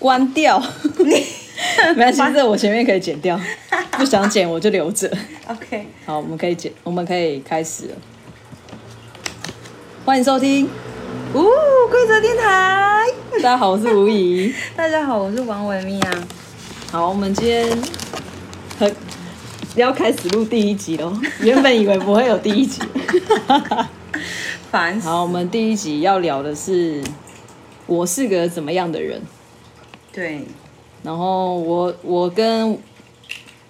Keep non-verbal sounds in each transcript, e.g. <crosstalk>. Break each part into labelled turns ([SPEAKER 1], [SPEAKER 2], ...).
[SPEAKER 1] 关掉。
[SPEAKER 2] <laughs>
[SPEAKER 1] 没关系，这我前面可以剪掉，不想剪我就留着。
[SPEAKER 2] OK，
[SPEAKER 1] 好，我们可以剪，我们可以开始了。欢迎收听，
[SPEAKER 2] 呜、规则电台，
[SPEAKER 1] 大家好，我是吴怡。
[SPEAKER 2] 大家好，我是王文蜜啊。
[SPEAKER 1] 好，我们今天很要开始录第一集喽。原本以为不会有第一集。
[SPEAKER 2] 烦死，
[SPEAKER 1] 好，我们第一集要聊的是我是个怎么样的人。
[SPEAKER 2] 对，
[SPEAKER 1] 然后我我跟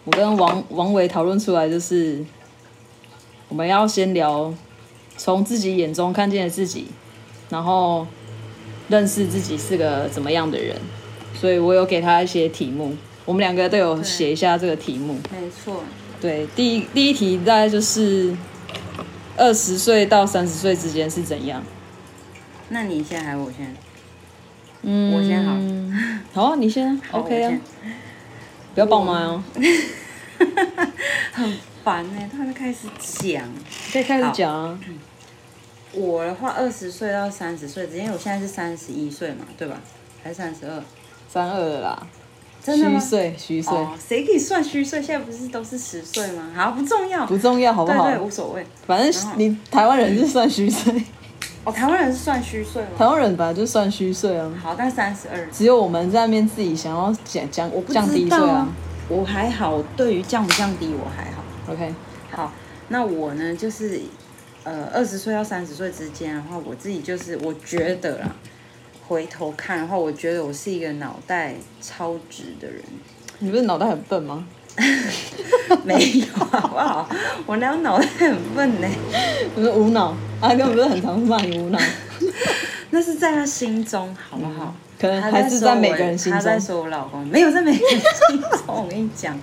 [SPEAKER 1] 我跟王王伟讨论出来，就是我们要先聊从自己眼中看见的自己，然后认识自己是个怎么样的人。所以我有给他一些题目，我们两个都有写一下这个题目。
[SPEAKER 2] 没错，
[SPEAKER 1] 对，第一第一题大概就是二十岁到三十岁之间是怎样？
[SPEAKER 2] 那你先还是我先？
[SPEAKER 1] 嗯，
[SPEAKER 2] 我先好
[SPEAKER 1] 好啊，你先啊
[SPEAKER 2] 好
[SPEAKER 1] ，OK
[SPEAKER 2] 我
[SPEAKER 1] 啊
[SPEAKER 2] 先，
[SPEAKER 1] 不要爆麦哦，
[SPEAKER 2] <laughs> 很烦呢、他们开始讲。
[SPEAKER 1] 可以开始
[SPEAKER 2] 好
[SPEAKER 1] 讲啊。
[SPEAKER 2] 我的话，二十岁到三十岁之间，因为我现在是三十一岁嘛，对吧？还是三十二？
[SPEAKER 1] 三二了啦，
[SPEAKER 2] 真的吗
[SPEAKER 1] 虚？岁，虚岁、
[SPEAKER 2] 哦，谁可以算虚岁？现在不是都是十岁吗？好，不重要，
[SPEAKER 1] 不重要，好不
[SPEAKER 2] 对
[SPEAKER 1] 好？
[SPEAKER 2] 对，嗯无所谓。
[SPEAKER 1] 反
[SPEAKER 2] 然后
[SPEAKER 1] 正你台湾人就算虚岁，
[SPEAKER 2] 哦，台湾人是算虚岁吗？
[SPEAKER 1] 台湾人本来就算虚岁啊。
[SPEAKER 2] 好，但三十二
[SPEAKER 1] 只有我们在那边自己想要降降
[SPEAKER 2] 我不
[SPEAKER 1] 降低
[SPEAKER 2] 知
[SPEAKER 1] 岁
[SPEAKER 2] 道
[SPEAKER 1] 啊
[SPEAKER 2] 啊。，我还好，对于降不降低我还好。
[SPEAKER 1] OK，
[SPEAKER 2] 好，那我呢就是，呃，二十岁到三十岁之间的话，我自己就是我觉得啦，回头看的话，我觉得我是一个脑袋超直的 <laughs> 人，
[SPEAKER 1] 你不是脑袋很笨吗？
[SPEAKER 2] 没有好不好？我哪有脑袋很笨呢、
[SPEAKER 1] 不是无脑啊，根本不是很常骂你无脑。
[SPEAKER 2] 那是在他心中 <laughs> 好不好？
[SPEAKER 1] 可能
[SPEAKER 2] 他
[SPEAKER 1] 还是
[SPEAKER 2] 说
[SPEAKER 1] 在每
[SPEAKER 2] 我
[SPEAKER 1] 个人心
[SPEAKER 2] 他在
[SPEAKER 1] 中
[SPEAKER 2] 说我老公没有在每个人心中，我跟你讲，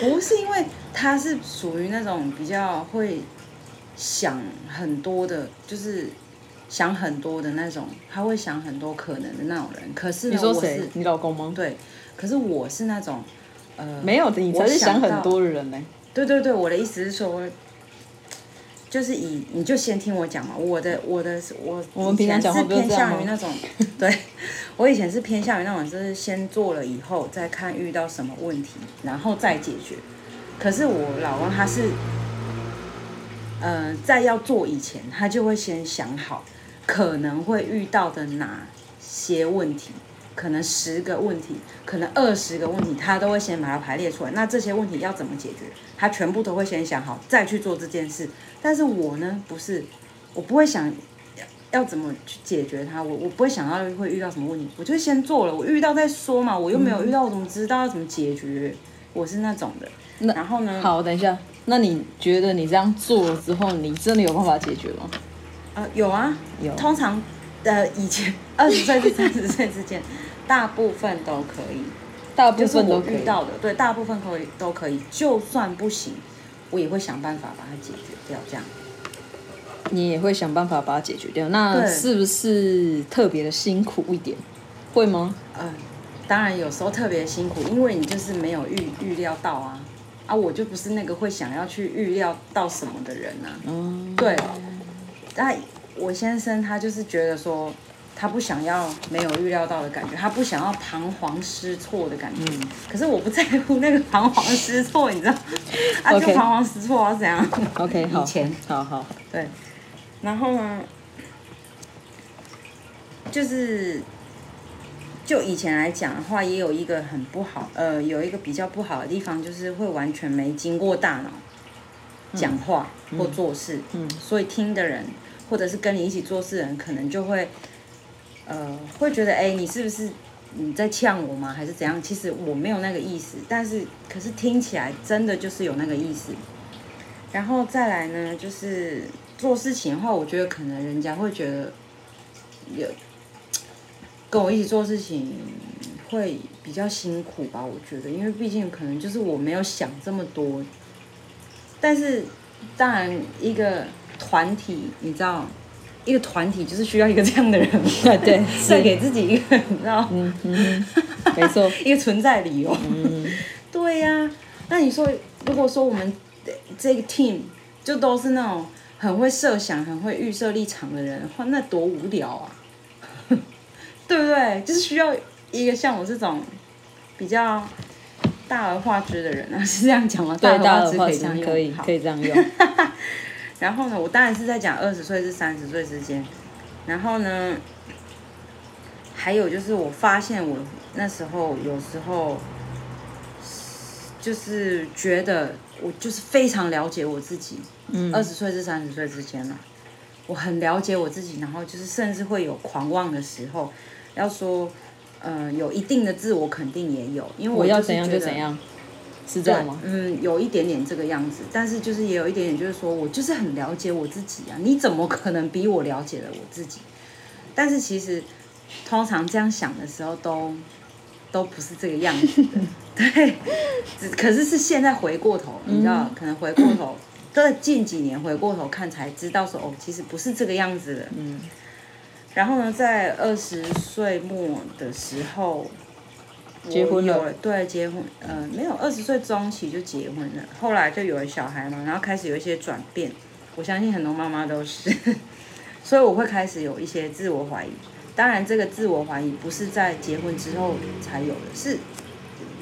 [SPEAKER 2] 不是因为他是属于那种比较会想很多的，就是想很多的那种，他会想很多可能的那种人。可是呢
[SPEAKER 1] 你说
[SPEAKER 2] 我
[SPEAKER 1] 谁
[SPEAKER 2] 是？
[SPEAKER 1] 你老公吗？
[SPEAKER 2] 对，可是我是那种，呃，
[SPEAKER 1] 没有，你才是
[SPEAKER 2] 我想
[SPEAKER 1] 想
[SPEAKER 2] 到
[SPEAKER 1] 很多的人呢、
[SPEAKER 2] 对对对，我的意思是说，就是以你就先听我讲嘛。我的我的我
[SPEAKER 1] 我们平常讲话
[SPEAKER 2] 以前
[SPEAKER 1] 不
[SPEAKER 2] 是
[SPEAKER 1] 是
[SPEAKER 2] 偏
[SPEAKER 1] 这样吗
[SPEAKER 2] 向于那种，
[SPEAKER 1] <laughs>
[SPEAKER 2] 对我以前是偏向于那种，就是先做了以后再看遇到什么问题，然后再解决。可是我老公他是，呃，在要做以前，他就会先想好可能会遇到的哪些问题，可能十个问题，可能二十个问题，他都会先把它排列出来。那这些问题要怎么解决，他全部都会先想好，再去做这件事。但是我呢，不是，我不会想要要怎么去解决它，我我不会想到会遇到什么问题，我就先做了，我遇到再说嘛，我又没有遇到，我怎么知道要怎么解决？我是那种的。
[SPEAKER 1] 那
[SPEAKER 2] 然后呢？
[SPEAKER 1] 好，等一下，那你觉得你这样做了之后，你真的有办法解决吗？
[SPEAKER 2] 啊，有啊，
[SPEAKER 1] 有
[SPEAKER 2] 通常，呃，以前二十岁至三十岁之间，大部分都可以，
[SPEAKER 1] 大部
[SPEAKER 2] 就是
[SPEAKER 1] 分都
[SPEAKER 2] 我
[SPEAKER 1] 可以
[SPEAKER 2] 遇。到的，对，大部分可以都可以，就算不行，我也会想办法把它解决掉，这样。
[SPEAKER 1] 你也会想办法把它解决掉。那
[SPEAKER 2] 对
[SPEAKER 1] 是不是特别的辛苦一点？会吗？
[SPEAKER 2] 呃，当然有时候特别辛苦，因为你就是没有预预料到啊，啊，我就不是那个会想要去预料到什么的人啊。
[SPEAKER 1] 嗯，
[SPEAKER 2] 对，但我先生他就是觉得说，他不想要没有预料到的感觉，他不想要彷徨失措的感觉。
[SPEAKER 1] 嗯
[SPEAKER 2] 可是我不在乎那个彷徨失措，你知道？啊，就
[SPEAKER 1] OK
[SPEAKER 2] 彷徨失措啊，怎样
[SPEAKER 1] OK，好，
[SPEAKER 2] 以前
[SPEAKER 1] 好好，
[SPEAKER 2] 对，然后呢，就是就以前来讲的话，也有一个很不好，呃，有一个比较不好的地方，就是会完全没经过大脑讲话或做事，
[SPEAKER 1] 嗯
[SPEAKER 2] 所以听的人或者是跟你一起做事的人，可能就会，呃，会觉得，哎，你是不是？你在呛我吗？还是怎样？其实我没有那个意思，但是可是听起来真的就是有那个意思。然后再来呢，就是做事情的话，我觉得可能人家会觉得有跟我一起做事情会比较辛苦吧，我觉得，因为毕竟可能就是我没有想这么多，但是当然一个团体，你知道。一个团体就是需要一个这样的人，
[SPEAKER 1] 对
[SPEAKER 2] <laughs> 再给自己一个，你知道，
[SPEAKER 1] 嗯嗯，哼 <laughs> 没
[SPEAKER 2] <laughs>
[SPEAKER 1] 错，嗯
[SPEAKER 2] 一个存在理由。 <laughs> 对呀、那你说，如果说我们呃这个 team 就都是那种很会设想、很会 <laughs> 预设立场的人的话，那多无聊啊，对不对？就是需要一个像我这种比较大而化之的人啊，是这样讲吗？
[SPEAKER 1] 对，大
[SPEAKER 2] 而
[SPEAKER 1] 而化
[SPEAKER 2] 之
[SPEAKER 1] 之
[SPEAKER 2] 这样用
[SPEAKER 1] 可以
[SPEAKER 2] 好
[SPEAKER 1] 可以这样
[SPEAKER 2] <laughs>
[SPEAKER 1] 用，
[SPEAKER 2] 然后呢，我当然是在讲二十岁至三十岁之间。然后呢，还有就是我发现我那时候有时候就是觉得我就是非常了解我自己，
[SPEAKER 1] 嗯
[SPEAKER 2] 二十岁至三十岁之间嘛，啊我很了解我自己，然后就是甚至会有狂妄的时候。要说，呃，有一定的自我肯定也有，因为
[SPEAKER 1] 我
[SPEAKER 2] 就
[SPEAKER 1] 要
[SPEAKER 2] 是
[SPEAKER 1] 怎样
[SPEAKER 2] 觉
[SPEAKER 1] 就
[SPEAKER 2] 得
[SPEAKER 1] 怎样，是这样吗？
[SPEAKER 2] 对嗯，有一点点这个样子，但是就是也有一点点，就是说我就是很了解我自己啊，你怎么可能比我了解了我自己？但是其实通常这样想的时候都都不是这个样子
[SPEAKER 1] <laughs>
[SPEAKER 2] 的，对，只可是是现在回过头，你知
[SPEAKER 1] 嗯
[SPEAKER 2] 道，可能回过头，这近几年回过头看才知道说哦，其实不是这个样子的，
[SPEAKER 1] 嗯。
[SPEAKER 2] 然后呢，在二十岁末的时候，
[SPEAKER 1] 结婚了
[SPEAKER 2] 我有了，对，结婚，呃，没有，二十岁中期就结婚了，后来就有了小孩嘛，然后开始有一些转变，我相信很多妈妈都是， <laughs> 所以我会开始有一些自我怀疑。当然，这个自我怀疑不是在结婚之后才有的，是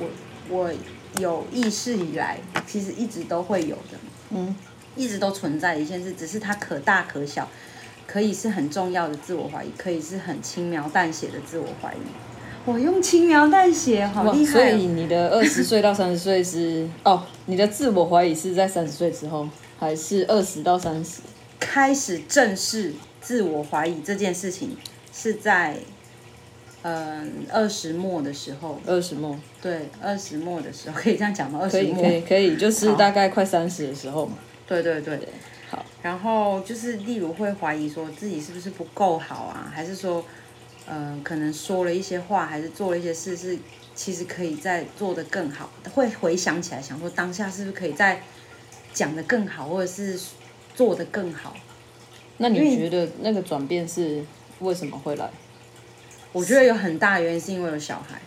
[SPEAKER 2] 我我有意识以来，其实一直都会有的，
[SPEAKER 1] 嗯，
[SPEAKER 2] 一直都存在的一件事，只是它可大可小，可以是很重要的自我怀疑，可以是很轻描淡写的自我怀疑。我用轻描淡写，好
[SPEAKER 1] 哇
[SPEAKER 2] 厉害、哦！
[SPEAKER 1] 所以你的二十岁到三十岁是哦，你的自我怀疑是在三十岁之后，还是二十到三十？
[SPEAKER 2] 开始正视自我怀疑这件事情是在嗯二十末的时候，
[SPEAKER 1] 二十末？
[SPEAKER 2] 对，二十末的时候可以这样讲吗？二
[SPEAKER 1] 可
[SPEAKER 2] 十
[SPEAKER 1] 以
[SPEAKER 2] 末
[SPEAKER 1] 可，以可以，就是
[SPEAKER 2] 好
[SPEAKER 1] 大概快三十的时候嘛。
[SPEAKER 2] 对对对。
[SPEAKER 1] 好，
[SPEAKER 2] 然后就是例如会怀疑说自己是不是不够好啊，还是说，呃，可能说了一些话，还是做了一些事是其实可以再做得更好，会回想起来想说当下是不是可以再讲得更好，或者是做得更好。
[SPEAKER 1] 那
[SPEAKER 2] 因
[SPEAKER 1] 你
[SPEAKER 2] 为
[SPEAKER 1] 觉得那个转变是为什么会来？
[SPEAKER 2] 我觉得有很大的原因是因为有小孩，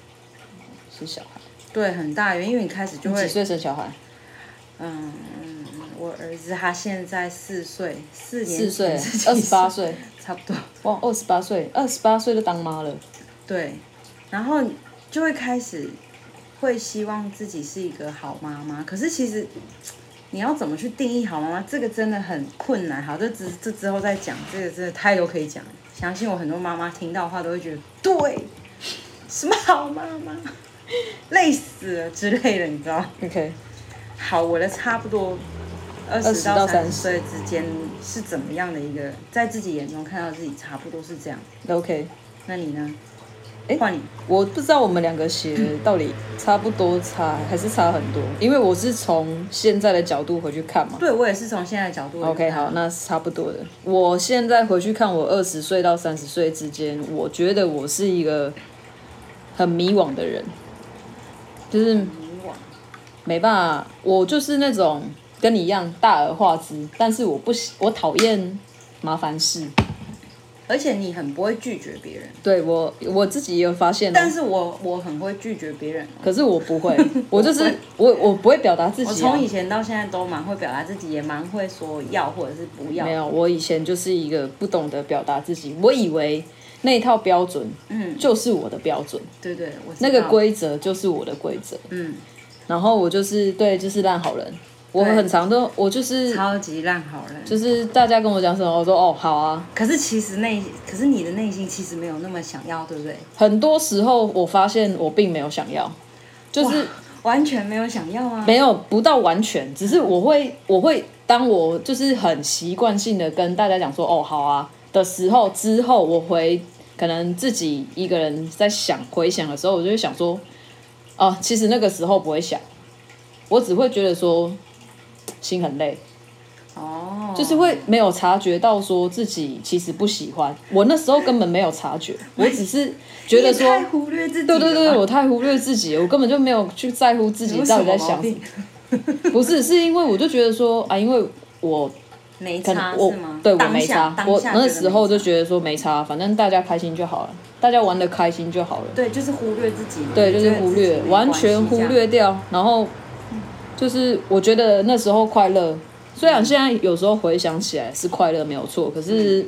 [SPEAKER 1] 是小孩？
[SPEAKER 2] 对，很大的原因，因为你开始就
[SPEAKER 1] 你
[SPEAKER 2] 会
[SPEAKER 1] 几岁生小孩？
[SPEAKER 2] 嗯，嗯我儿子他现在四岁，四年
[SPEAKER 1] 四岁，
[SPEAKER 2] 前是几
[SPEAKER 1] 二十八，岁，
[SPEAKER 2] 差不多。
[SPEAKER 1] 哇，二十八岁，二十八岁就当妈了。
[SPEAKER 2] 对，然后就会开始会希望自己是一个好妈妈。可是其实你要怎么去定义好妈妈，这个真的很困难。好，这之这之后再讲，这个真的太多可以讲了。相信我，很多妈妈听到的话都会觉得，对，什么好妈妈， <laughs> 累死了之类的，你知道？
[SPEAKER 1] OK，
[SPEAKER 2] 好，我的差不多二
[SPEAKER 1] 20
[SPEAKER 2] 十
[SPEAKER 1] 到
[SPEAKER 2] 到
[SPEAKER 1] 30
[SPEAKER 2] 三十岁之间是怎么样的一个，在自己眼中看到自己差不多是这样。
[SPEAKER 1] OK，
[SPEAKER 2] 那你呢？
[SPEAKER 1] 诶
[SPEAKER 2] 换你。
[SPEAKER 1] 我不知道我们两个写的到底差不多差还是差很多，因为我是从现在的角度回去看嘛。
[SPEAKER 2] 对我也是从现在的角度。
[SPEAKER 1] OK，好，。那是差不多的。我现在回去看我二十岁到三十岁之间，我觉得我是一个很迷惘的人，就是没办法，我就是那种跟你一样大而化之，但是我不喜，我讨厌麻烦事。
[SPEAKER 2] 而且你很不会拒绝别人，
[SPEAKER 1] 对我我自己也有发现、哦，
[SPEAKER 2] 但是我我很会拒绝别人哦。
[SPEAKER 1] 可是我不
[SPEAKER 2] <laughs>
[SPEAKER 1] 会，我就是我我不会表达自己、啊。
[SPEAKER 2] 我从以前到现在都蛮会表达自己，也蛮会说要或者是不要
[SPEAKER 1] 没。有，我以前就是一个不懂得表达自己，我以为那一套标准，嗯，就是我的标准，
[SPEAKER 2] 对对，我知
[SPEAKER 1] 那个
[SPEAKER 2] 道，
[SPEAKER 1] 规则就是我的规则，
[SPEAKER 2] 嗯，
[SPEAKER 1] 然后我就是对，就是烂好人，我
[SPEAKER 2] 对
[SPEAKER 1] 很常都我就是
[SPEAKER 2] 超级烂好人。
[SPEAKER 1] 就是大家跟我讲什么，我说哦好啊，
[SPEAKER 2] 可是其实内，可是你的内心其实没有那么想要，对不对？
[SPEAKER 1] 很多时候我发现我并没有想要，就是
[SPEAKER 2] 完全没有想要啊。
[SPEAKER 1] 没有不到完全，只是我会我会当我就是很习惯性的跟大家讲说哦好啊的时候，之后我回可能自己一个人在想回想的时候，我就会想说，哦、其实那个时候不会想，我只会觉得说心很累，
[SPEAKER 2] 哦，
[SPEAKER 1] 就是会没有察觉到说自己其实不喜欢，我那时候根本没有察觉，我只是觉得
[SPEAKER 2] 你
[SPEAKER 1] 说
[SPEAKER 2] 也太。忽略自己了
[SPEAKER 1] 对
[SPEAKER 2] 吧。
[SPEAKER 1] 对对，我太忽略自己了，我根本就没有去在乎自己
[SPEAKER 2] 有
[SPEAKER 1] 到
[SPEAKER 2] 什
[SPEAKER 1] 底在
[SPEAKER 2] 么
[SPEAKER 1] 想什么
[SPEAKER 2] 毛病？。
[SPEAKER 1] 不是，是因为我就觉得说啊，因为我
[SPEAKER 2] 没
[SPEAKER 1] 可
[SPEAKER 2] 差
[SPEAKER 1] 能我
[SPEAKER 2] 是吗？
[SPEAKER 1] 对我
[SPEAKER 2] 当
[SPEAKER 1] 没
[SPEAKER 2] 下
[SPEAKER 1] 差，我那时候就
[SPEAKER 2] 得
[SPEAKER 1] 觉得说没差，反正大家开心就好了，大家玩的开心就好了。
[SPEAKER 2] 没差，对，就是忽略自己嘛。
[SPEAKER 1] 对，就是
[SPEAKER 2] 觉得
[SPEAKER 1] 忽
[SPEAKER 2] 自己
[SPEAKER 1] 略，
[SPEAKER 2] 没
[SPEAKER 1] 完
[SPEAKER 2] 关
[SPEAKER 1] 全
[SPEAKER 2] 系
[SPEAKER 1] 忽
[SPEAKER 2] 这样
[SPEAKER 1] 略掉。然后就是我觉得那时候快乐，虽然现在有时候回想起来是快乐没有错，可是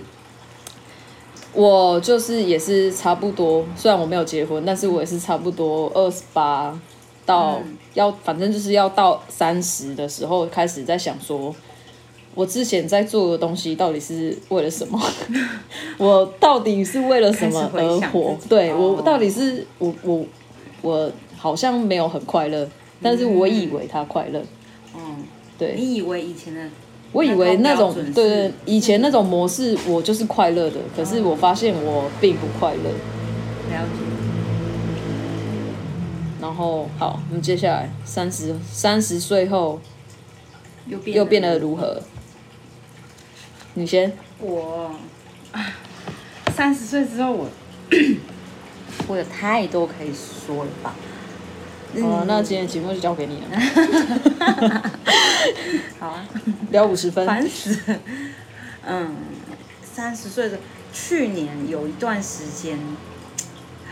[SPEAKER 1] 我就是也是差不多，虽然我没有结婚，但是我也是差不多二十八到、
[SPEAKER 2] 嗯
[SPEAKER 1] 要，反正就是要到三十的时候开始在想说，我之前在做的东西到底是为了
[SPEAKER 2] <laughs>
[SPEAKER 1] 什么？我到底是为了什么
[SPEAKER 2] 开始
[SPEAKER 1] 而
[SPEAKER 2] 回想
[SPEAKER 1] 活
[SPEAKER 2] 自？己
[SPEAKER 1] 对
[SPEAKER 2] 哦
[SPEAKER 1] 我到底是我我我好像没有很快乐，但是我以为他快乐，
[SPEAKER 2] 嗯，
[SPEAKER 1] 对。
[SPEAKER 2] 你以为以前的
[SPEAKER 1] 我以为那种
[SPEAKER 2] 那套标准是嗯
[SPEAKER 1] 对对以前那种模式，我就是快乐的。可是我发现我并不快乐。
[SPEAKER 2] 了解，
[SPEAKER 1] 然后好，我们接下来三十三十岁后
[SPEAKER 2] 又变
[SPEAKER 1] 又变得如何？你先，
[SPEAKER 2] 我三十岁之后我，我有太多可以说了吧？嗯
[SPEAKER 1] 好了，哦那今天的节目就交给你了，
[SPEAKER 2] <laughs> 好啊，
[SPEAKER 1] 聊五十分。
[SPEAKER 2] 烦死 <laughs> 了。嗯，三十岁的去年有一段时间，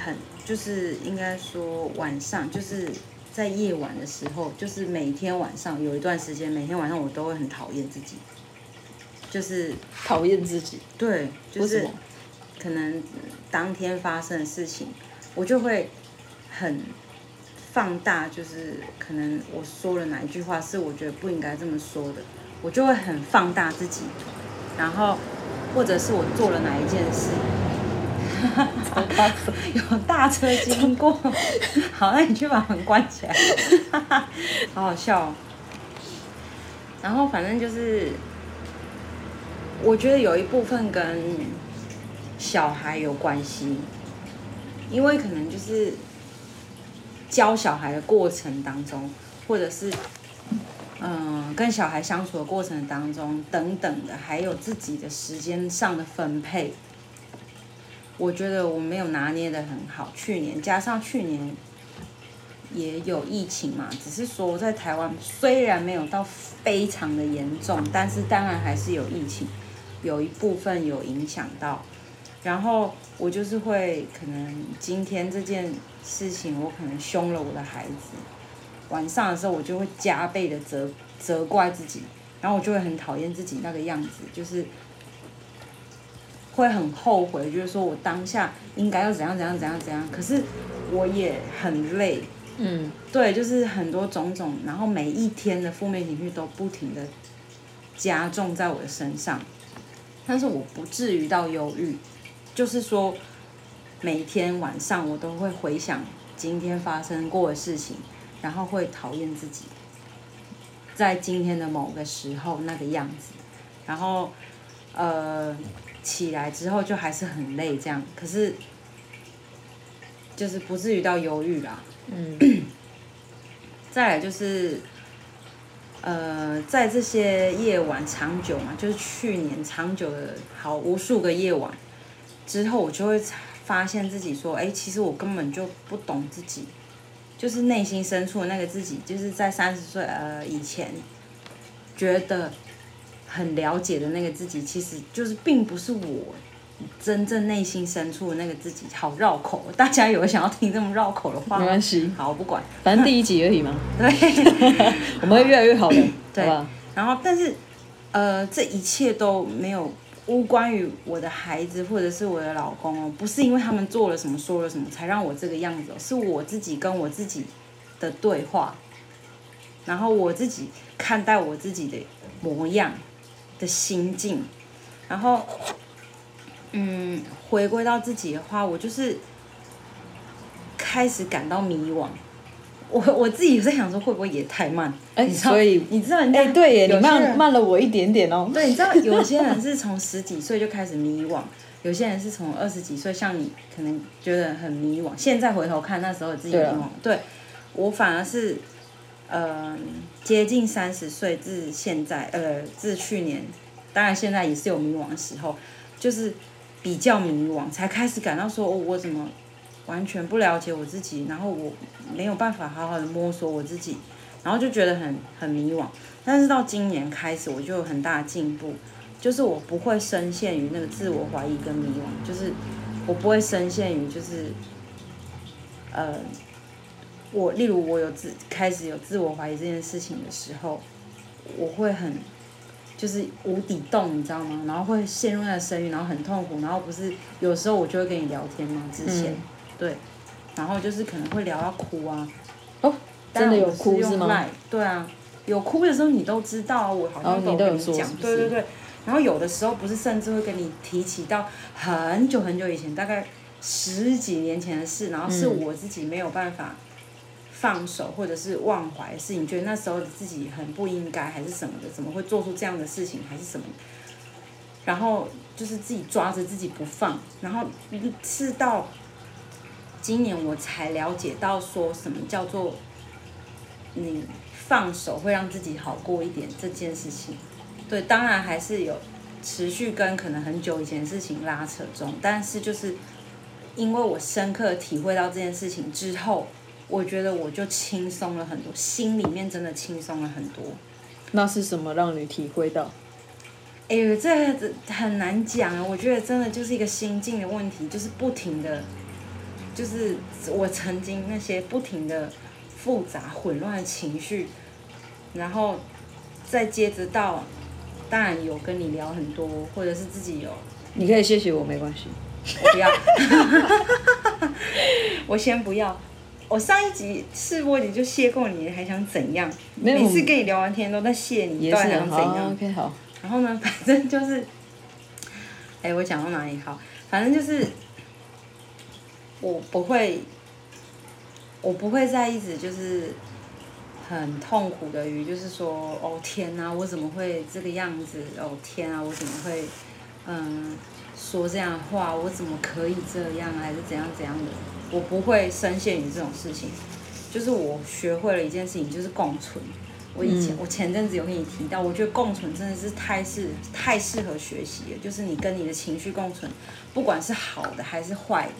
[SPEAKER 2] 很就是应该说晚上就是。在夜晚的时候，就是每天晚上有一段时间，每天晚上我都会很讨厌自己，就是
[SPEAKER 1] 讨厌自己，
[SPEAKER 2] 对，就
[SPEAKER 1] 为什
[SPEAKER 2] 是
[SPEAKER 1] 么？
[SPEAKER 2] 可能嗯当天发生的事情，我就会很放大，就是可能我说了哪一句话是我觉得不应该这么说的，我就会很放大自己，然后或者是我做了哪一件事。 <laughs> 有大车经过，好，那你去把门关起来， <laughs> 好好笑、哦。然后反正就是，我觉得有一部分跟小孩有关系，因为可能就是教小孩的过程当中，或者是嗯、跟小孩相处的过程当中等等的，还有自己的时间上的分配，我觉得我没有拿捏的很好。去年加上去年也有疫情嘛，只是说在台湾虽然没有到非常的严重，但是当然还是有疫情，有一部分有影响到。然后我就是会可能今天这件事情，我可能凶了我的孩子，晚上的时候我就会加倍的责责怪自己，然后我就会很讨厌自己那个样子，就是会很后悔，就是说我当下应该要怎样怎样怎样怎样，可是我也很累，
[SPEAKER 1] 嗯，
[SPEAKER 2] 对，就是很多种种，然后每一天的负面情绪都不停的加重在我的身上，但是我不至于到忧郁，就是说每天晚上我都会回想今天发生过的事情，然后会讨厌自己在今天的某个时候那个样子，然后呃起来之后就还是很累这样，可是就是不至于到忧郁啦。嗯再来就是，呃，在这些夜晚长久嘛，就是去年长久的好无数个夜晚之后，我就会发现自己说，哎、其实我根本就不懂自己，就是内心深处的那个自己，就是在三十岁呃以前觉得很了解的那个自己，其实就是并不是我。真正内心深处的那个自己，好绕口。大家有想要听这么绕口的话
[SPEAKER 1] 没
[SPEAKER 2] 吗？
[SPEAKER 1] 关系，
[SPEAKER 2] 好，我不管。
[SPEAKER 1] 反正第一集而已
[SPEAKER 2] <laughs>
[SPEAKER 1] 嘛，
[SPEAKER 2] 对，
[SPEAKER 1] <laughs> 我们会越来越好的，好吧？
[SPEAKER 2] 然后但是，呃，这一切都没有无关于我的孩子或者是我的老公哦，不是因为他们做了什么说了什么才让我这个样子哦，是我自己跟我自己的对话，然后我自己看待我自己的模样的心境，然后，嗯，回归到自己的话，我就是开始感到迷惘。我我自己有在想说，会不会也太慢？
[SPEAKER 1] 哎，
[SPEAKER 2] 你知道
[SPEAKER 1] 所以
[SPEAKER 2] 你知道人家、
[SPEAKER 1] 哎，对耶，你
[SPEAKER 2] 有些人
[SPEAKER 1] 慢慢了我一点点哦。
[SPEAKER 2] 对，你知道有些人是从十几岁就开始迷惘， <laughs> 有些人是从二十几岁，像你可能觉得很迷惘，现在回头看那时候自己
[SPEAKER 1] 对
[SPEAKER 2] 迷
[SPEAKER 1] 啊
[SPEAKER 2] 惘。对,、我反而是，呃，接近三十岁至现在，呃，至去年，当然现在也是有迷惘的时候，就是比较迷惘，才开始感到说，哦，我怎么完全不了解我自己，然后我没有办法好好的摸索我自己，然后就觉得很很迷惘。但是到今年开始，我就有很大的进步，就是我不会深陷于那个自我怀疑跟迷惘，就是我不会深陷于就是，呃，我例如我有自开始有自我怀疑这件事情的时候，我会很就是无底洞，你知道吗？然后会陷入那个深渊，然后很痛苦。然后不是有时候我就会跟你聊天嘛，之前、
[SPEAKER 1] 嗯
[SPEAKER 2] 对，然后就是可能会聊到哭啊。
[SPEAKER 1] 哦，真的有哭
[SPEAKER 2] 当然我
[SPEAKER 1] 是
[SPEAKER 2] 是
[SPEAKER 1] 吗
[SPEAKER 2] 用 Line，对啊，有哭的时候你都知道啊，我好
[SPEAKER 1] 哦
[SPEAKER 2] 像
[SPEAKER 1] 你都
[SPEAKER 2] 都
[SPEAKER 1] 有
[SPEAKER 2] 跟你
[SPEAKER 1] 说
[SPEAKER 2] 讲，
[SPEAKER 1] 是不是
[SPEAKER 2] 对对对。然后有的时候不是甚至会跟你提起到很久很久以前，大概十几年前的事，然后是
[SPEAKER 1] 嗯
[SPEAKER 2] 我自己没有办法放手或者是忘怀的事，你觉得那时候自己很不应该还是什么的，怎么会做出这样的事情还是什么？然后就是自己抓着自己不放，然后是到今年我才了解到说什么叫做你放手会让自己好过一点这件事情。对，当然还是有持续跟可能很久以前的事情拉扯中，但是就是因为我深刻体会到这件事情之后，我觉得我就轻松了很多，心里面真的轻松了很多。
[SPEAKER 1] 那是什么让你体会到？
[SPEAKER 2] 哎呦，这很难讲啊！我觉得真的就是一个心境的问题，就是不停的，就是我曾经那些不停的复杂混乱的情绪，然后再接着到，当然有跟你聊很多，或者是自己有
[SPEAKER 1] 你可以谢谢我，没关系。
[SPEAKER 2] 我不要， <laughs> 我先不要。我上一集试播你就谢过你，还想怎样？
[SPEAKER 1] 没有
[SPEAKER 2] 每次跟你聊完天都在谢你，
[SPEAKER 1] 也
[SPEAKER 2] 到底
[SPEAKER 1] 是啊
[SPEAKER 2] 想怎
[SPEAKER 1] 好
[SPEAKER 2] 样？
[SPEAKER 1] ，OK，好，
[SPEAKER 2] 然后呢，反 <laughs> 正就是，哎、我讲到哪里好？反正就是，我不会，我不会再一直就是很痛苦的于，就是说，哦天呐，我怎么会这个样子？哦天啊，我怎么会，嗯，说这样的话？我怎么可以这样？还是怎样怎样的？我不会深陷于这种事情。就是我学会了一件事情，就是共存。我以前、我前阵子有跟你提到，我觉得共存真的是太适太适合学习了，就是你跟你的情绪共存，不管是好的还是坏的，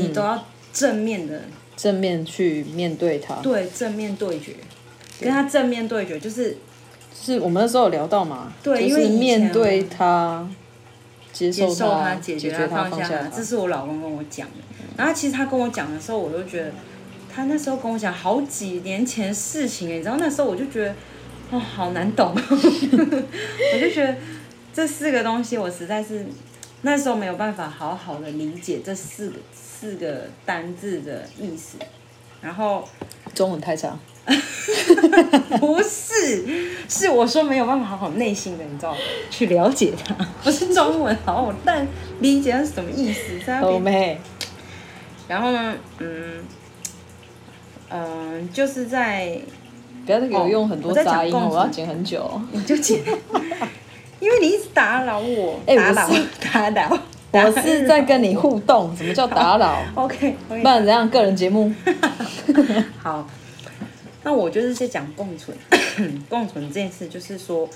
[SPEAKER 2] 你都要正面的
[SPEAKER 1] 正面去面对它。
[SPEAKER 2] 对正面对决，跟他正面对决，就是
[SPEAKER 1] 是我们那时候有聊到嘛？
[SPEAKER 2] 对
[SPEAKER 1] 就
[SPEAKER 2] 因为
[SPEAKER 1] 是
[SPEAKER 2] 以前
[SPEAKER 1] 面对它，接
[SPEAKER 2] 接
[SPEAKER 1] 受
[SPEAKER 2] 受
[SPEAKER 1] 它，
[SPEAKER 2] 他、解
[SPEAKER 1] 决
[SPEAKER 2] 决他、
[SPEAKER 1] 它，
[SPEAKER 2] 放
[SPEAKER 1] 放
[SPEAKER 2] 下
[SPEAKER 1] 下
[SPEAKER 2] 他。这是我老公跟我讲的。然后其实他跟我讲的时候，我就觉得他那时候跟我讲好几年前的事情欸，你知道那时候我就觉得哦， <laughs> 好难懂，我就觉得这四个东西我实在是那时候没有办法好好的理解这四个四个单字的意思。然后
[SPEAKER 1] 中文太差，
[SPEAKER 2] <laughs> 不是，是我说没有办法好好内心的，你知道吗，去了解
[SPEAKER 1] <laughs>
[SPEAKER 2] 它，不是中文好好但理解它是什么意思，在那
[SPEAKER 1] 欧哦
[SPEAKER 2] 边
[SPEAKER 1] 妹，
[SPEAKER 2] 然后呢，嗯，嗯、就是在
[SPEAKER 1] 不要再给我
[SPEAKER 2] 哦
[SPEAKER 1] 用很多
[SPEAKER 2] 我在讲
[SPEAKER 1] 杂音哦，
[SPEAKER 2] 共
[SPEAKER 1] 我要
[SPEAKER 2] 存
[SPEAKER 1] 剪很久哦。
[SPEAKER 2] 你就进， <laughs> 因为你一直打扰我，
[SPEAKER 1] 哎
[SPEAKER 2] 打
[SPEAKER 1] 我
[SPEAKER 2] 扰
[SPEAKER 1] 是
[SPEAKER 2] 打扰，
[SPEAKER 1] 我是在跟你互动， <laughs> 什么叫打扰？
[SPEAKER 2] OK，
[SPEAKER 1] 不然怎样？个人节
[SPEAKER 2] <laughs>
[SPEAKER 1] 目，
[SPEAKER 2] 好，那我就是在讲共存，共存这件事，就是说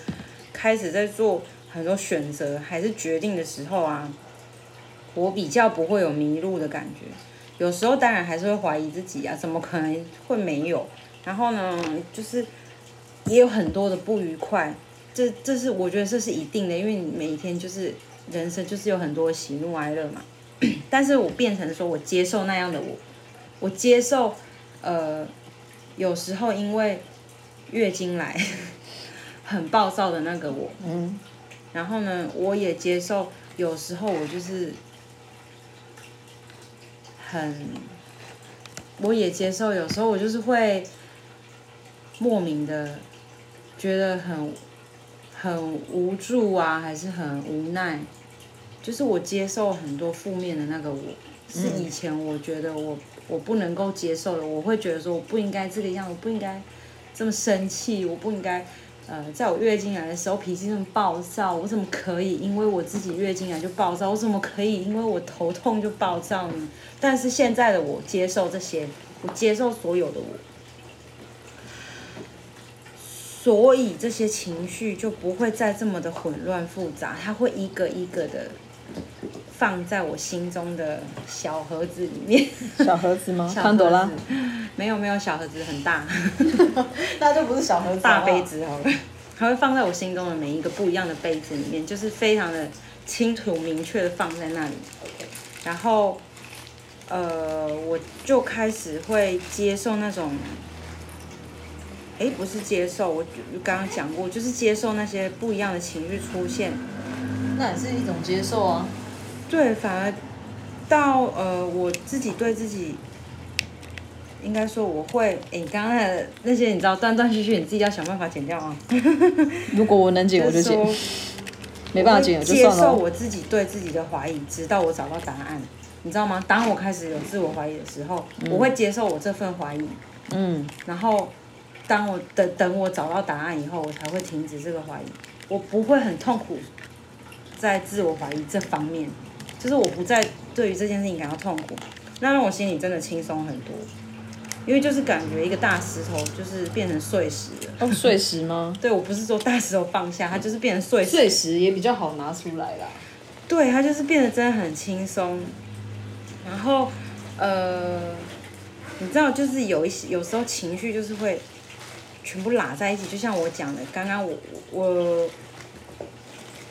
[SPEAKER 2] 开始在做很多选择还是决定的时候啊，我比较不会有迷路的感觉。有时候当然还是会怀疑自己啊，怎么可能会没有？然后呢，就是也有很多的不愉快，这这是我觉得这是一定的，因为你每一天就是人生就是有很多喜怒哀乐嘛。 <coughs> 但是我变成说我接受那样的我，我接受呃，有时候因为月经来 <laughs> 很暴躁的那个我，
[SPEAKER 1] 嗯，
[SPEAKER 2] 然后呢，我也接受有时候我就是很，我也接受有时候我就是会莫名的觉得很很无助啊，还是很无奈，就是我接受很多负面的那个我，是以前我觉得我我不能够接受的，我会觉得说我不应该这个样，我不应该这么生气，我不应该。呃，在我月经来的时候脾气这么暴躁，我怎么可以因为我自己月经来就暴躁？我怎么可以因为我头痛就暴躁呢？但是现在的我接受这些，我接受所有的我，所以这些情绪就不会再这么的混乱复杂，它会一个一个的放在我心中的小盒子里面。
[SPEAKER 1] 小盒子吗？
[SPEAKER 2] <laughs> 小
[SPEAKER 1] 潘朵拉
[SPEAKER 2] 盒，子没有没有，小盒子很大。
[SPEAKER 1] 那就不是小盒子
[SPEAKER 2] 大杯，子
[SPEAKER 1] 哦
[SPEAKER 2] 好了，它会放在我心中的每一个不一样的杯子里面，就是非常的清楚明确的放在那里。然后，呃，我就开始会接受那种哎，不是接受，我就刚刚讲过，就是接受那些不一样的情绪出现，
[SPEAKER 1] 那也是一种接受啊。
[SPEAKER 2] 对，反而到呃，我自己对自己，应该说我会，诶你刚刚的那些你知道断断续续，你自己要想办法剪掉啊。
[SPEAKER 1] 如果我能减，我就
[SPEAKER 2] 就是
[SPEAKER 1] 减；
[SPEAKER 2] 说
[SPEAKER 1] 没办法减，
[SPEAKER 2] 我
[SPEAKER 1] 我
[SPEAKER 2] 会
[SPEAKER 1] 就
[SPEAKER 2] 接
[SPEAKER 1] 算
[SPEAKER 2] 受
[SPEAKER 1] 了。哦
[SPEAKER 2] 我自己对自己的怀疑，直到我找到答案，你知道吗？当我开始有自我怀疑的时候，我会接受我这份怀疑，
[SPEAKER 1] 嗯，
[SPEAKER 2] 然后当我等等我找到答案以后，我才会停止这个怀疑。我不会很痛苦，在自我怀疑这方面，就是我不再对于这件事情感到痛苦，那让我心里真的轻松很多。因为就是感觉一个大石头就是变成碎石了。
[SPEAKER 1] 哦，碎石吗？
[SPEAKER 2] 对我不是说大石头放下，它就是变成碎石。
[SPEAKER 1] 碎石也比较好拿出来啦。
[SPEAKER 2] 对，他就是变得真的很轻松。然后，呃，你知道，就是有一些有时候情绪就是会全部拉在一起，就像我讲的，刚刚我我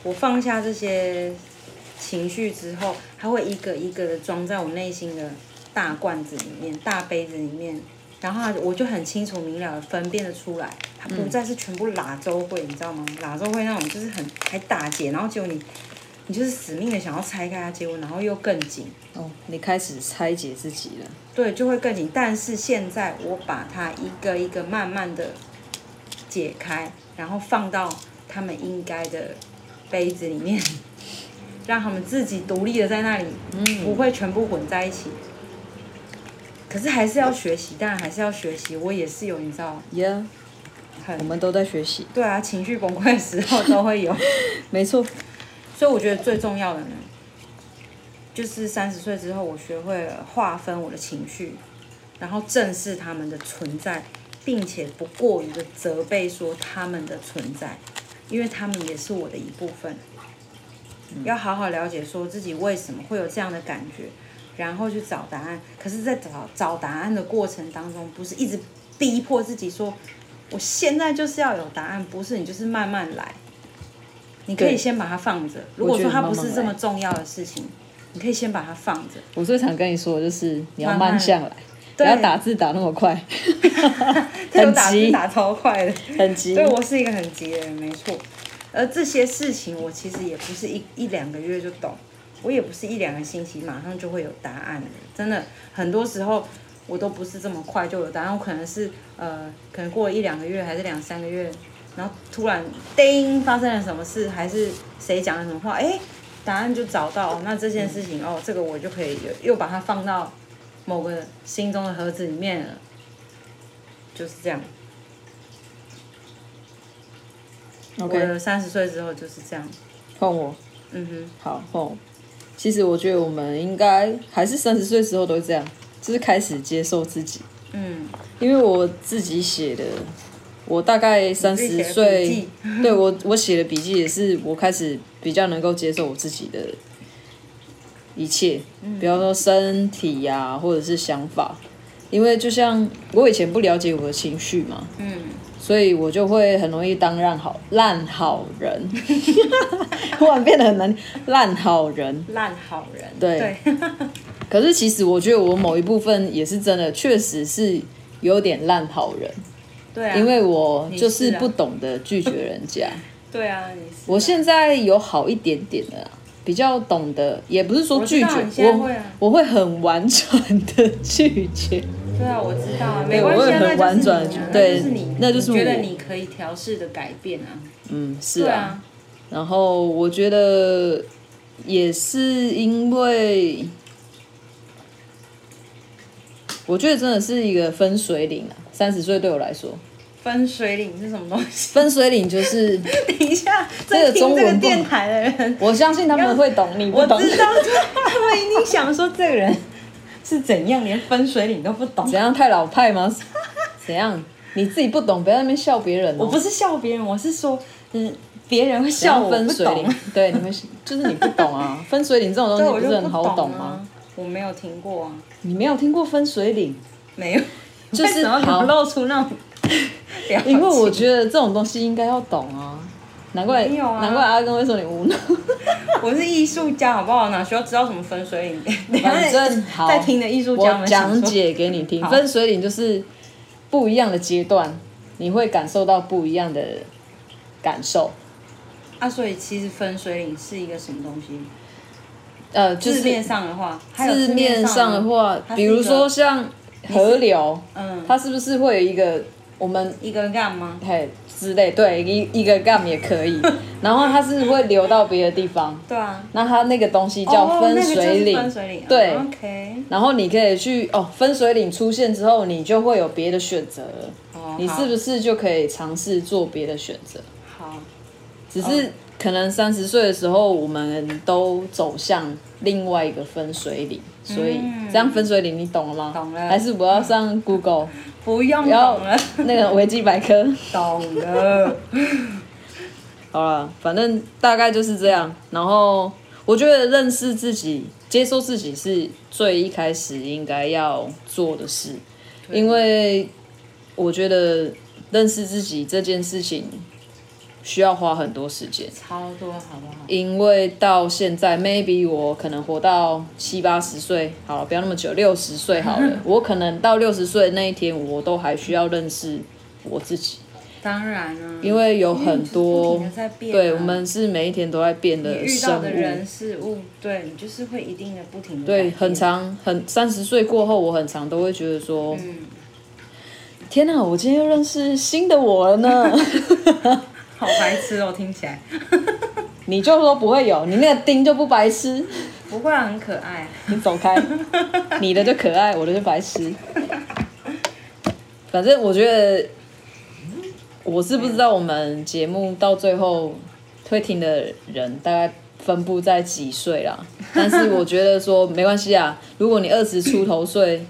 [SPEAKER 2] 我放下这些情绪之后，它会一个一个的装在我内心的大罐子里面、大杯子里面，然后它我就很清楚明了地分辨的出来，它不再是全部拉周会，你知道吗？拉周会那种就是很还打结，然后结果你你就是死命的想要拆开它，结果然后又更紧，
[SPEAKER 1] 哦，你开始拆解自己了。
[SPEAKER 2] 对，就会更紧。但是现在我把它一个一个慢慢的解开，然后放到他们应该的杯子里面，让他们自己独立的在那里，不会全部混在一起。可是还是要学习，当然还是要学习。我也是有，你知道，
[SPEAKER 1] Yeah，我
[SPEAKER 2] 很
[SPEAKER 1] 们都在学习。 <laughs>
[SPEAKER 2] 对啊，情绪崩溃的时候都会有。
[SPEAKER 1] 没错，
[SPEAKER 2] 所以我觉得最重要的呢，就是三十岁之后，我学会了划分我的情绪，然后正视他们的存在，并且不过于的责备说他们的存在，因为他们也是我的一部分。要好好了解说自己为什么会有这样的感觉，然后去找答案。可是，在找找答案的过程当中，不是一直逼迫自己说，我现在就是要有答案，不是你就是慢慢来。你可以
[SPEAKER 1] 对
[SPEAKER 2] 先把它放着，如
[SPEAKER 1] 我
[SPEAKER 2] 果
[SPEAKER 1] 觉
[SPEAKER 2] 说
[SPEAKER 1] 得
[SPEAKER 2] 它
[SPEAKER 1] 慢
[SPEAKER 2] 不
[SPEAKER 1] 慢
[SPEAKER 2] 是这
[SPEAKER 1] 来
[SPEAKER 2] 么重要的事情，你可以先把它放
[SPEAKER 1] <laughs>
[SPEAKER 2] 着。
[SPEAKER 1] 我最常跟你说的就是你要
[SPEAKER 2] 慢慢
[SPEAKER 1] 慢下来，不
[SPEAKER 2] 对，
[SPEAKER 1] 要打字打那么快
[SPEAKER 2] 这有
[SPEAKER 1] 很
[SPEAKER 2] 打字
[SPEAKER 1] 急，
[SPEAKER 2] 打超快的，
[SPEAKER 1] 很急
[SPEAKER 2] 对。我是一个很急的人，没错。而这些事情，我其实也不是一一两个月就懂，我也不是一两个星期马上就会有答案的。真的，很多时候我都不是这么快就有答案，我可能是呃，可能过了一两个月，还是两三个月，然后突然叮发生了什么事，还是谁讲了什么话，哎，答案就找到。那这件事情、哦，这个我就可以又又把它放到某个心中的盒子里面了，就是这样。我
[SPEAKER 1] OK，
[SPEAKER 2] 的三十岁之后就是这样。
[SPEAKER 1] 换我。
[SPEAKER 2] 嗯哼，
[SPEAKER 1] 好，哦，其实我觉得我们应该还是三十岁时候都这样，就是开始接受自己。
[SPEAKER 2] 嗯，
[SPEAKER 1] 因为我自己写的，我大概三
[SPEAKER 2] 自
[SPEAKER 1] 十
[SPEAKER 2] 己写的笔
[SPEAKER 1] 岁
[SPEAKER 2] 记，
[SPEAKER 1] 对我我写的笔记也是我开始比较能够接受我自己的一切，
[SPEAKER 2] 嗯
[SPEAKER 1] 比方说身体呀、或者是想法。因为就像我以前不了解我的情绪嘛，嗯，所以我就会很容易当烂好烂好人， <laughs> 突然变得很难烂好人，
[SPEAKER 2] 烂好人。
[SPEAKER 1] 对可是其实我觉得我某一部分也是真的，确实是有点烂好人，
[SPEAKER 2] <laughs> 对啊，
[SPEAKER 1] 因为我就是
[SPEAKER 2] 你是啊
[SPEAKER 1] 不懂得拒绝人家。
[SPEAKER 2] 对啊，你是啊
[SPEAKER 1] 我现在有好一点点的啦，比较懂得，也不是说拒
[SPEAKER 2] 我知道
[SPEAKER 1] 绝
[SPEAKER 2] 你，现在
[SPEAKER 1] 我
[SPEAKER 2] 会啊
[SPEAKER 1] 我会很婉转的拒绝。
[SPEAKER 2] 对啊，我知道啊，
[SPEAKER 1] 对
[SPEAKER 2] 没关系啊，
[SPEAKER 1] 我会很婉转地
[SPEAKER 2] 那
[SPEAKER 1] 对
[SPEAKER 2] 就是你啊，
[SPEAKER 1] 那就是
[SPEAKER 2] 你觉得
[SPEAKER 1] 我
[SPEAKER 2] 你可以调试的改变啊。
[SPEAKER 1] 嗯，是
[SPEAKER 2] 对
[SPEAKER 1] 啊。
[SPEAKER 2] 啊，
[SPEAKER 1] 然后我觉得也是因为，我觉得真的是一个分水岭啊。三十岁对我来说，
[SPEAKER 2] 分水岭是什么东西？ <laughs>
[SPEAKER 1] 分水岭就是。
[SPEAKER 2] 等一下，
[SPEAKER 1] 这个
[SPEAKER 2] 在听
[SPEAKER 1] 中文
[SPEAKER 2] 这个
[SPEAKER 1] 不
[SPEAKER 2] 电台的人，
[SPEAKER 1] 我相信他们会
[SPEAKER 2] <laughs>
[SPEAKER 1] 懂，你
[SPEAKER 2] 我
[SPEAKER 1] 不懂。
[SPEAKER 2] 知道他们一定想说这个人 <laughs> 是怎样，连分水岭都不懂。
[SPEAKER 1] 怎样太老派吗？怎样？你自己不懂，不要在那边笑别人、哦。
[SPEAKER 2] 我不是笑别人，我是说，嗯，别人会
[SPEAKER 1] 怎
[SPEAKER 2] 笑
[SPEAKER 1] 样
[SPEAKER 2] 我
[SPEAKER 1] 分
[SPEAKER 2] 不
[SPEAKER 1] 水
[SPEAKER 2] 懂 <laughs>
[SPEAKER 1] 岭，对，你们就是你不懂啊。分水岭这种
[SPEAKER 2] 对，
[SPEAKER 1] 东
[SPEAKER 2] 我
[SPEAKER 1] 西
[SPEAKER 2] 就
[SPEAKER 1] 不是很好
[SPEAKER 2] 懂
[SPEAKER 1] 懂吗？
[SPEAKER 2] 啊？我没有听过啊，
[SPEAKER 1] 你没有听过分水岭，
[SPEAKER 2] 没有。
[SPEAKER 1] 就
[SPEAKER 2] 为
[SPEAKER 1] 是
[SPEAKER 2] 什么
[SPEAKER 1] 好
[SPEAKER 2] 你露出那
[SPEAKER 1] <laughs>
[SPEAKER 2] 种表情？
[SPEAKER 1] 因为我 <laughs> 觉得这种东西应该要懂啊。难怪、
[SPEAKER 2] 没有啊
[SPEAKER 1] 难怪阿根会说你无
[SPEAKER 2] <laughs>
[SPEAKER 1] 能。
[SPEAKER 2] 我是艺术家，好不好？哪需要知道什么分水岭？等一
[SPEAKER 1] <laughs>
[SPEAKER 2] 下 <laughs>
[SPEAKER 1] 反正好，
[SPEAKER 2] 在听的艺术家
[SPEAKER 1] 我
[SPEAKER 2] 们想
[SPEAKER 1] 讲
[SPEAKER 2] 说，
[SPEAKER 1] 解给你听。
[SPEAKER 2] 好
[SPEAKER 1] 分水岭就是不一样的阶段，你会感受到不一样的感受。
[SPEAKER 2] 啊，所以其实分水岭是一个什么东西？
[SPEAKER 1] 呃，就
[SPEAKER 2] 字
[SPEAKER 1] 是
[SPEAKER 2] 面上的话，还有
[SPEAKER 1] 字面上的话，
[SPEAKER 2] 它是
[SPEAKER 1] 比
[SPEAKER 2] 一个
[SPEAKER 1] 如说像河流，
[SPEAKER 2] 嗯，
[SPEAKER 1] 它是不是会有一个我们
[SPEAKER 2] 一个干吗？
[SPEAKER 1] 嘿之类，对，一一个 gum 也可
[SPEAKER 2] <laughs>
[SPEAKER 1] 以，然后它是会流到别的地方，
[SPEAKER 2] 对啊，
[SPEAKER 1] 那它那个东西叫分水岭，
[SPEAKER 2] 哦那个就是分水岭，
[SPEAKER 1] 对
[SPEAKER 2] 哦，OK，
[SPEAKER 1] 然后你可以去哦，分水岭出现之后，你就会有别的选择了，
[SPEAKER 2] 哦，
[SPEAKER 1] 你是不是就可以尝试做别的选择？
[SPEAKER 2] 好好
[SPEAKER 1] 只
[SPEAKER 2] 哦
[SPEAKER 1] 是可能三十岁的时候，我们都走向另外一个分水岭，所以
[SPEAKER 2] 嗯
[SPEAKER 1] 这样分水岭你懂了吗？
[SPEAKER 2] 懂了
[SPEAKER 1] 还是我要上 Google
[SPEAKER 2] 不用懂
[SPEAKER 1] 要
[SPEAKER 2] 了， <laughs>
[SPEAKER 1] 那个维基百科？
[SPEAKER 2] 懂了， <laughs>
[SPEAKER 1] 好了，反正大概就是这样。然后我觉得认识自己、接受自己是最一开始应该要做的事，因为我觉得认识自己这件事情需要花很多时间。
[SPEAKER 2] 超多好不好？
[SPEAKER 1] 因为到现在，maybe 我可能活到七八十岁，好了，不要那么久，六十岁好
[SPEAKER 2] <laughs>
[SPEAKER 1] 了。我可能到六十岁那一天，我都还需要认识我自己，
[SPEAKER 2] 当然啊，
[SPEAKER 1] 因为有很
[SPEAKER 2] 因为你就是不 <laughs>
[SPEAKER 1] 多
[SPEAKER 2] 停地在，变啊
[SPEAKER 1] 对我们是每一天都在变
[SPEAKER 2] 你
[SPEAKER 1] 的
[SPEAKER 2] 遇
[SPEAKER 1] 生
[SPEAKER 2] 到
[SPEAKER 1] 物，
[SPEAKER 2] 的人事物，对你就是会一定的不停的
[SPEAKER 1] 对，很长，很三十岁过后，我很常都会觉得说，
[SPEAKER 2] 嗯
[SPEAKER 1] 天哪，我今天又认识新的我了呢。 <laughs>
[SPEAKER 2] 好白痴哦，听起来
[SPEAKER 1] 你就说不会有，你那个丁就不白痴。 <laughs>
[SPEAKER 2] 不过很可爱，
[SPEAKER 1] 你走开， <laughs> 你的就可爱，我的就白痴。反正我觉得，我是不知道我们节目到最后会听的人大概分布在几岁啦。但是我觉得说没关系啊，如果你二十出头岁，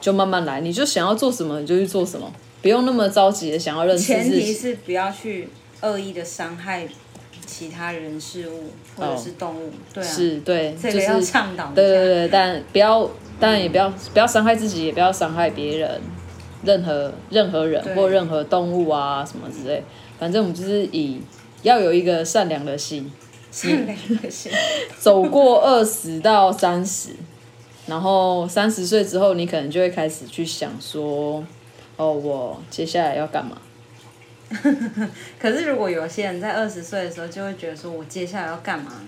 [SPEAKER 1] 就慢慢来，你就想要做什么你就去做什么，不用那么着急的想要认识
[SPEAKER 2] <laughs> 前
[SPEAKER 1] 自
[SPEAKER 2] 提
[SPEAKER 1] 己。
[SPEAKER 2] 是不要去恶意的伤害其他人事物或者是动物，对啊，
[SPEAKER 1] 哦是对，
[SPEAKER 2] 这
[SPEAKER 1] 就
[SPEAKER 2] 个要
[SPEAKER 1] 是
[SPEAKER 2] 倡导一下，
[SPEAKER 1] 对对对，但不要，当然也不要不要伤害自己，也不要伤害别人，任何任何人
[SPEAKER 2] 对
[SPEAKER 1] 或任何动物啊什么之类。反正我们就是以要有一个善良的心，
[SPEAKER 2] <laughs> 善良的心，
[SPEAKER 1] 走过二十到三十，然后三十岁之后，你可能就会开始去想说，哦，我接下来要干嘛？
[SPEAKER 2] <laughs> 可是如果有些人在二十岁的时候就会觉得说，我接下来要干嘛呢？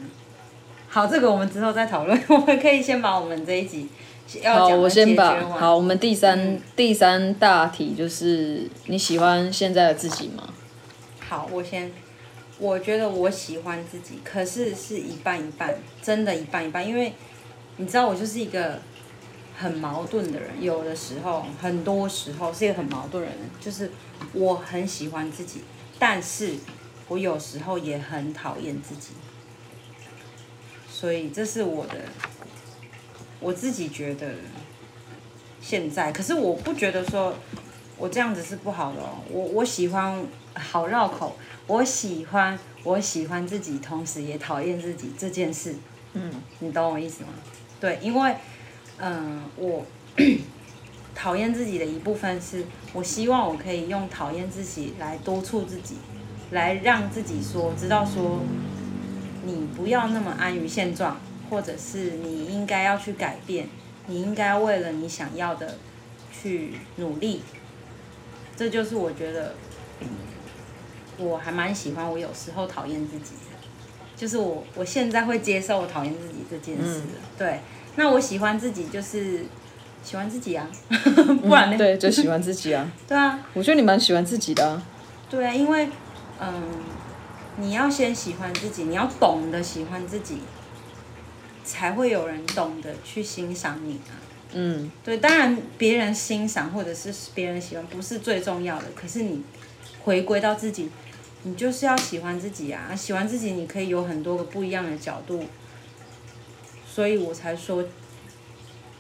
[SPEAKER 2] 好，这个我们之后再讨论。 <laughs> 我们可以先把我们这一集要
[SPEAKER 1] 好，
[SPEAKER 2] 讲
[SPEAKER 1] 我
[SPEAKER 2] 的解
[SPEAKER 1] 先
[SPEAKER 2] 决
[SPEAKER 1] 把
[SPEAKER 2] 完。嗯
[SPEAKER 1] 好，我们第三、第三大题就是你喜欢现在的自己吗？
[SPEAKER 2] 好，我先，我觉得我喜欢自己，可是是一半一半，真的一半一半，因为你知道我就是一个很矛盾的人，有的时候，很多时候是一个很矛盾的人，就是我很喜欢自己，但是我有时候也很讨厌自己，所以这是我的，我自己觉得现在，可是我不觉得说我这样子是不好的哦，我我喜欢好绕口，我喜欢我喜欢自己，同时也讨厌自己这件事，
[SPEAKER 1] 嗯，
[SPEAKER 2] 你懂我意思吗？对，因为嗯、我 <coughs> 讨厌自己的一部分是我希望我可以用讨厌自己来督促自己，来让自己说知道说你不要那么安于现状，或者是你应该要去改变，你应该为了你想要的去努力。这就是我觉得嗯我还蛮喜欢，我有时候讨厌自己的，就是我我现在会接受我讨厌自己这件事了。对，那我喜欢自己就是喜欢自己
[SPEAKER 1] <laughs>
[SPEAKER 2] 啊，不然呢？
[SPEAKER 1] 嗯对，就喜欢自己啊。
[SPEAKER 2] 对啊，
[SPEAKER 1] 我觉得你蛮喜欢自己的、啊，
[SPEAKER 2] 对啊，因为嗯，你要先喜欢自己，你要懂得喜欢自己，才会有人懂得去欣赏你啊。
[SPEAKER 1] 嗯，
[SPEAKER 2] 对，当然别人欣赏或者是别人喜欢不是最重要的，可是你回归到自己，你就是要喜欢自己啊！喜欢自己，你可以有很多个不一样的角度，所以我才说，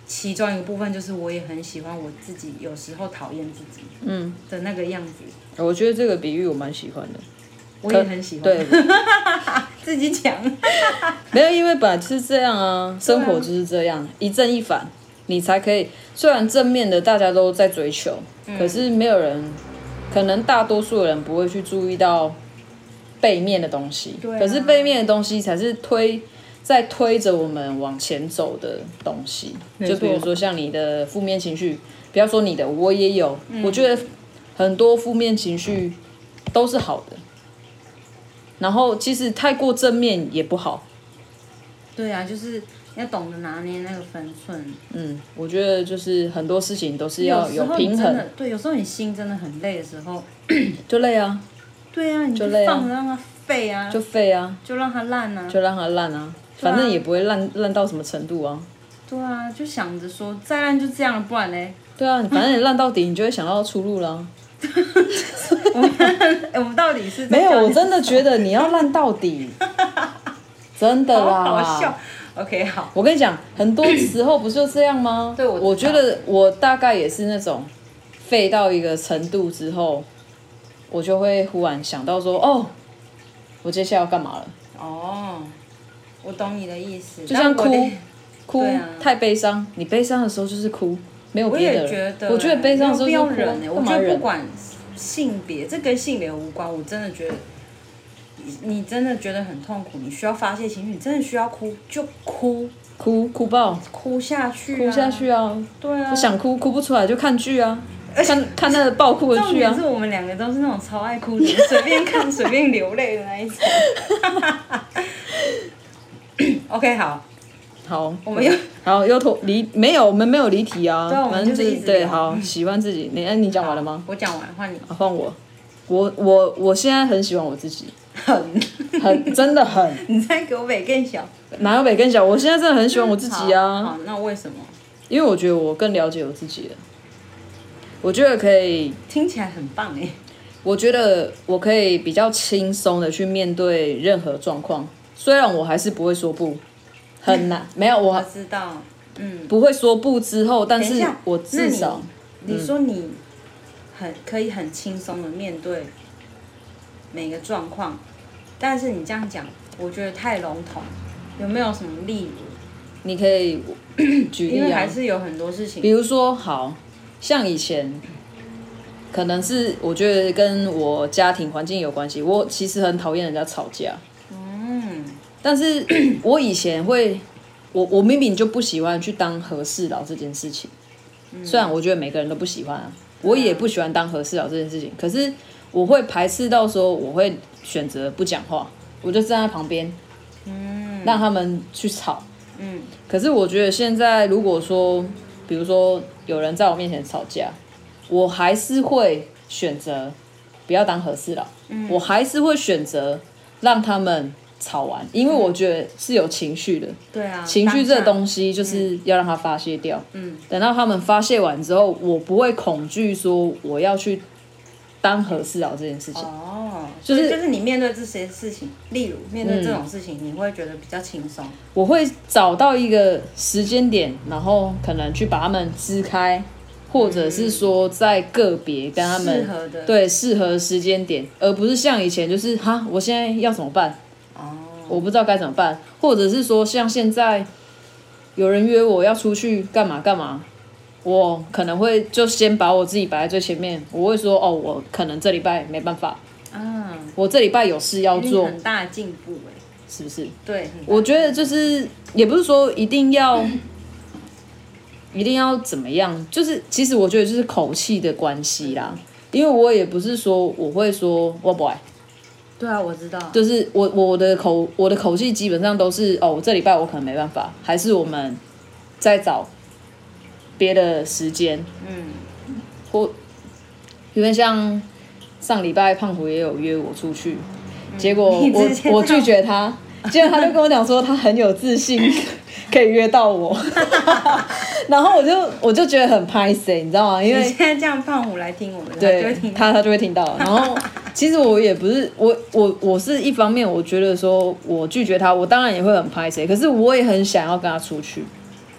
[SPEAKER 2] 其中一个部分就是我也很喜欢我自己，有时候讨厌自己，
[SPEAKER 1] 嗯，
[SPEAKER 2] 的那个样子，
[SPEAKER 1] 我觉得这个比喻我蛮喜欢的。
[SPEAKER 2] 我也很喜欢。
[SPEAKER 1] 对，
[SPEAKER 2] 自己讲， <laughs>
[SPEAKER 1] <laughs> 没有，因为本来就是这样啊，生活就是这样，
[SPEAKER 2] 啊
[SPEAKER 1] 一正一反，你才可以。虽然正面的大家都在追求，
[SPEAKER 2] 嗯
[SPEAKER 1] 可是没有人，可能大多数的人不会去注意到背面的东西。
[SPEAKER 2] 对啊
[SPEAKER 1] 可是背面的东西才是推。在推着我们往前走的东西，
[SPEAKER 2] 没错嗯
[SPEAKER 1] 就比如说像你的负面情绪，不要说你的，我也有。我觉得很多负面情绪都是好的，然后其实太过正面也不好。
[SPEAKER 2] 对啊，就是要懂得拿捏那个分寸。
[SPEAKER 1] 嗯，我觉得就是很多事情都是
[SPEAKER 2] 有
[SPEAKER 1] 要
[SPEAKER 2] 时
[SPEAKER 1] 有
[SPEAKER 2] 候你
[SPEAKER 1] 平
[SPEAKER 2] 真
[SPEAKER 1] 衡
[SPEAKER 2] 的，对，有时候你心真的很累的时候，
[SPEAKER 1] 就累啊，
[SPEAKER 2] 对啊，你
[SPEAKER 1] 就累啊
[SPEAKER 2] 放着让它废啊，
[SPEAKER 1] 就
[SPEAKER 2] 就
[SPEAKER 1] 废啊，
[SPEAKER 2] 就让它烂啊。
[SPEAKER 1] 就让它烂啊，反正也不会烂烂到什么程度啊。
[SPEAKER 2] 对啊，就想着说再烂就这样了，不
[SPEAKER 1] <laughs>
[SPEAKER 2] 然嘞，
[SPEAKER 1] 对啊，反正你烂到底，你就会想到出路
[SPEAKER 2] <laughs>
[SPEAKER 1] 啦。
[SPEAKER 2] 我们哎我们到底是在
[SPEAKER 1] 没有，
[SPEAKER 2] 教
[SPEAKER 1] 我
[SPEAKER 2] 你
[SPEAKER 1] 真的觉得你要烂到
[SPEAKER 2] <laughs>
[SPEAKER 1] 底，真的啦。
[SPEAKER 2] 好好笑。OK，好，
[SPEAKER 1] 我跟你讲，很多时候不就这样吗？
[SPEAKER 2] 对我
[SPEAKER 1] 我
[SPEAKER 2] 知道
[SPEAKER 1] 觉得我大概也是那种废到一个程度之后，我就会忽然想到说，哦，我接下来要干嘛了？
[SPEAKER 2] 哦，我懂你的意思，
[SPEAKER 1] 就像
[SPEAKER 2] 但我的
[SPEAKER 1] 哭哭、
[SPEAKER 2] 对啊
[SPEAKER 1] 太悲伤，你悲伤的时候就是哭，没有
[SPEAKER 2] 我
[SPEAKER 1] 别的
[SPEAKER 2] 也
[SPEAKER 1] 了。
[SPEAKER 2] 觉得，欸
[SPEAKER 1] 我觉得悲伤的时候
[SPEAKER 2] 没有
[SPEAKER 1] 就
[SPEAKER 2] 必
[SPEAKER 1] 是
[SPEAKER 2] 要
[SPEAKER 1] 哭啊
[SPEAKER 2] 忍欸，我
[SPEAKER 1] 干嘛
[SPEAKER 2] 觉得
[SPEAKER 1] 忍
[SPEAKER 2] 不？管性别，这跟性别无关，我真的觉得。你你真的觉得很痛苦，你需要发泄情绪，你真的需要哭就哭，
[SPEAKER 1] 哭哭爆，
[SPEAKER 2] 哭下去、
[SPEAKER 1] 哭下。去啊！
[SPEAKER 2] 对啊，
[SPEAKER 1] 我想哭哭不出来就看剧
[SPEAKER 2] <laughs>
[SPEAKER 1] 啊，看看那个爆哭的
[SPEAKER 2] 哎重
[SPEAKER 1] 剧
[SPEAKER 2] 点
[SPEAKER 1] 啊
[SPEAKER 2] 是。我们两个都是那种超爱哭的人，随便看随便流泪的那一种。OK，好，
[SPEAKER 1] 好，
[SPEAKER 2] 我们又
[SPEAKER 1] 好又脱离没有，我们没有离题啊
[SPEAKER 2] 对啊我，们
[SPEAKER 1] 反正
[SPEAKER 2] 就是一直
[SPEAKER 1] 对
[SPEAKER 2] 聊嗯
[SPEAKER 1] 好喜欢自己。你哎，你讲完了吗？
[SPEAKER 2] 我讲完换你。
[SPEAKER 1] 啊，换我，我我我现在很喜欢我自己，
[SPEAKER 2] 很， <laughs>
[SPEAKER 1] 很真的很
[SPEAKER 2] 你在给我北更小。
[SPEAKER 1] 哪有北跟你讲，我现在真的很喜欢我自己
[SPEAKER 2] 嗯好
[SPEAKER 1] 啊，
[SPEAKER 2] 好，那为什么？
[SPEAKER 1] 因为我觉得我更了解我自己了。我觉得可以，
[SPEAKER 2] 听起来很棒哎。
[SPEAKER 1] 我觉得我可以比较轻松的去面对任何状况，虽然我还是不会说不，很难，没有
[SPEAKER 2] 我
[SPEAKER 1] 我
[SPEAKER 2] 知道，嗯，
[SPEAKER 1] 不会说不之后，但
[SPEAKER 2] 等一
[SPEAKER 1] 是
[SPEAKER 2] 下
[SPEAKER 1] 我
[SPEAKER 2] 那
[SPEAKER 1] 至
[SPEAKER 2] 你
[SPEAKER 1] 少
[SPEAKER 2] 你
[SPEAKER 1] 嗯
[SPEAKER 2] 说你很可以很轻松的面对每个状况，但是你这样讲，我觉得太笼统。有没有什么例如？
[SPEAKER 1] 你可以举
[SPEAKER 2] 因
[SPEAKER 1] 例
[SPEAKER 2] 为
[SPEAKER 1] 啊
[SPEAKER 2] 还，是有很多事情
[SPEAKER 1] 比如说，好像以前，可能是我觉得跟我家庭环境有关系。我其实很讨厌人家吵架，
[SPEAKER 2] 嗯，
[SPEAKER 1] 但是 <clears throat> 我以前会，我我明明就不喜欢去当和事佬这件事情。虽然我觉得每个人都不喜欢嗯啊，我也不喜欢当和事佬这件事情，可是我会排斥到说我会选择不讲话，我就站在旁边，嗯，让他们去吵，
[SPEAKER 2] 嗯，
[SPEAKER 1] 可是我觉得现在如果说，比如说有人在我面前吵架，我还是会选择不要当和事佬，我还是会选择让他们吵完，因为我觉得是有情绪的，
[SPEAKER 2] 对啊，
[SPEAKER 1] 情绪这
[SPEAKER 2] 西，
[SPEAKER 1] 东西就是要让它发泄掉。
[SPEAKER 2] 嗯，
[SPEAKER 1] 等到他们发泄完之后，我不会恐惧说我要去当和事佬这件事情。
[SPEAKER 2] 哦，
[SPEAKER 1] 就
[SPEAKER 2] 就是是就是你面对这些事情，例如面对这种事情，你会觉得比较轻松，
[SPEAKER 1] 我会找到一个时间点，然后可能去把他们支开，或者是说在个别跟他
[SPEAKER 2] 适
[SPEAKER 1] 们
[SPEAKER 2] 合的，，
[SPEAKER 1] 对适合的时间点，而不是像以前就是哈，我现在要怎么办？
[SPEAKER 2] 哦，
[SPEAKER 1] 我不知道该怎么办，或者是说像现在有人约我要出去干嘛干嘛，我可能会就先把我自己摆在最前面，我会说哦，我可能这礼拜没办法，
[SPEAKER 2] 嗯，
[SPEAKER 1] 我这礼拜有事要
[SPEAKER 2] 因为
[SPEAKER 1] 做，
[SPEAKER 2] 很大的进步哎，
[SPEAKER 1] 是不是？
[SPEAKER 2] 对，很大
[SPEAKER 1] 我觉得就是也不是说一定要 <coughs> 一定要怎么样，就是其实我觉得就是口气的关系啦。因为我也不是说我会说我不爱，
[SPEAKER 2] 对啊，我知道，
[SPEAKER 1] 就是我我的口我的口气基本上都是哦，我这礼拜我可能没办法，还是我们再找别的时间，
[SPEAKER 2] 嗯，
[SPEAKER 1] 或因为像上礼拜胖虎也有约我出去，结果
[SPEAKER 2] 嗯 <laughs> 你
[SPEAKER 1] 我
[SPEAKER 2] 直接
[SPEAKER 1] 我
[SPEAKER 2] 到
[SPEAKER 1] 拒绝他，结果他就跟我讲说他很有自信可以约到
[SPEAKER 2] <laughs>
[SPEAKER 1] 我， <laughs> 然后我就我就觉得很拍谁，你知道吗？因
[SPEAKER 2] 你
[SPEAKER 1] 为
[SPEAKER 2] 现在这样胖虎来听我们，他就
[SPEAKER 1] 对
[SPEAKER 2] 会听到，
[SPEAKER 1] 他他就会听到。然
[SPEAKER 2] <laughs>
[SPEAKER 1] 后其实我也不是我我我是一方面，我觉得说我拒绝他，我当然也会很拍谁，可是我也很想要跟他出去。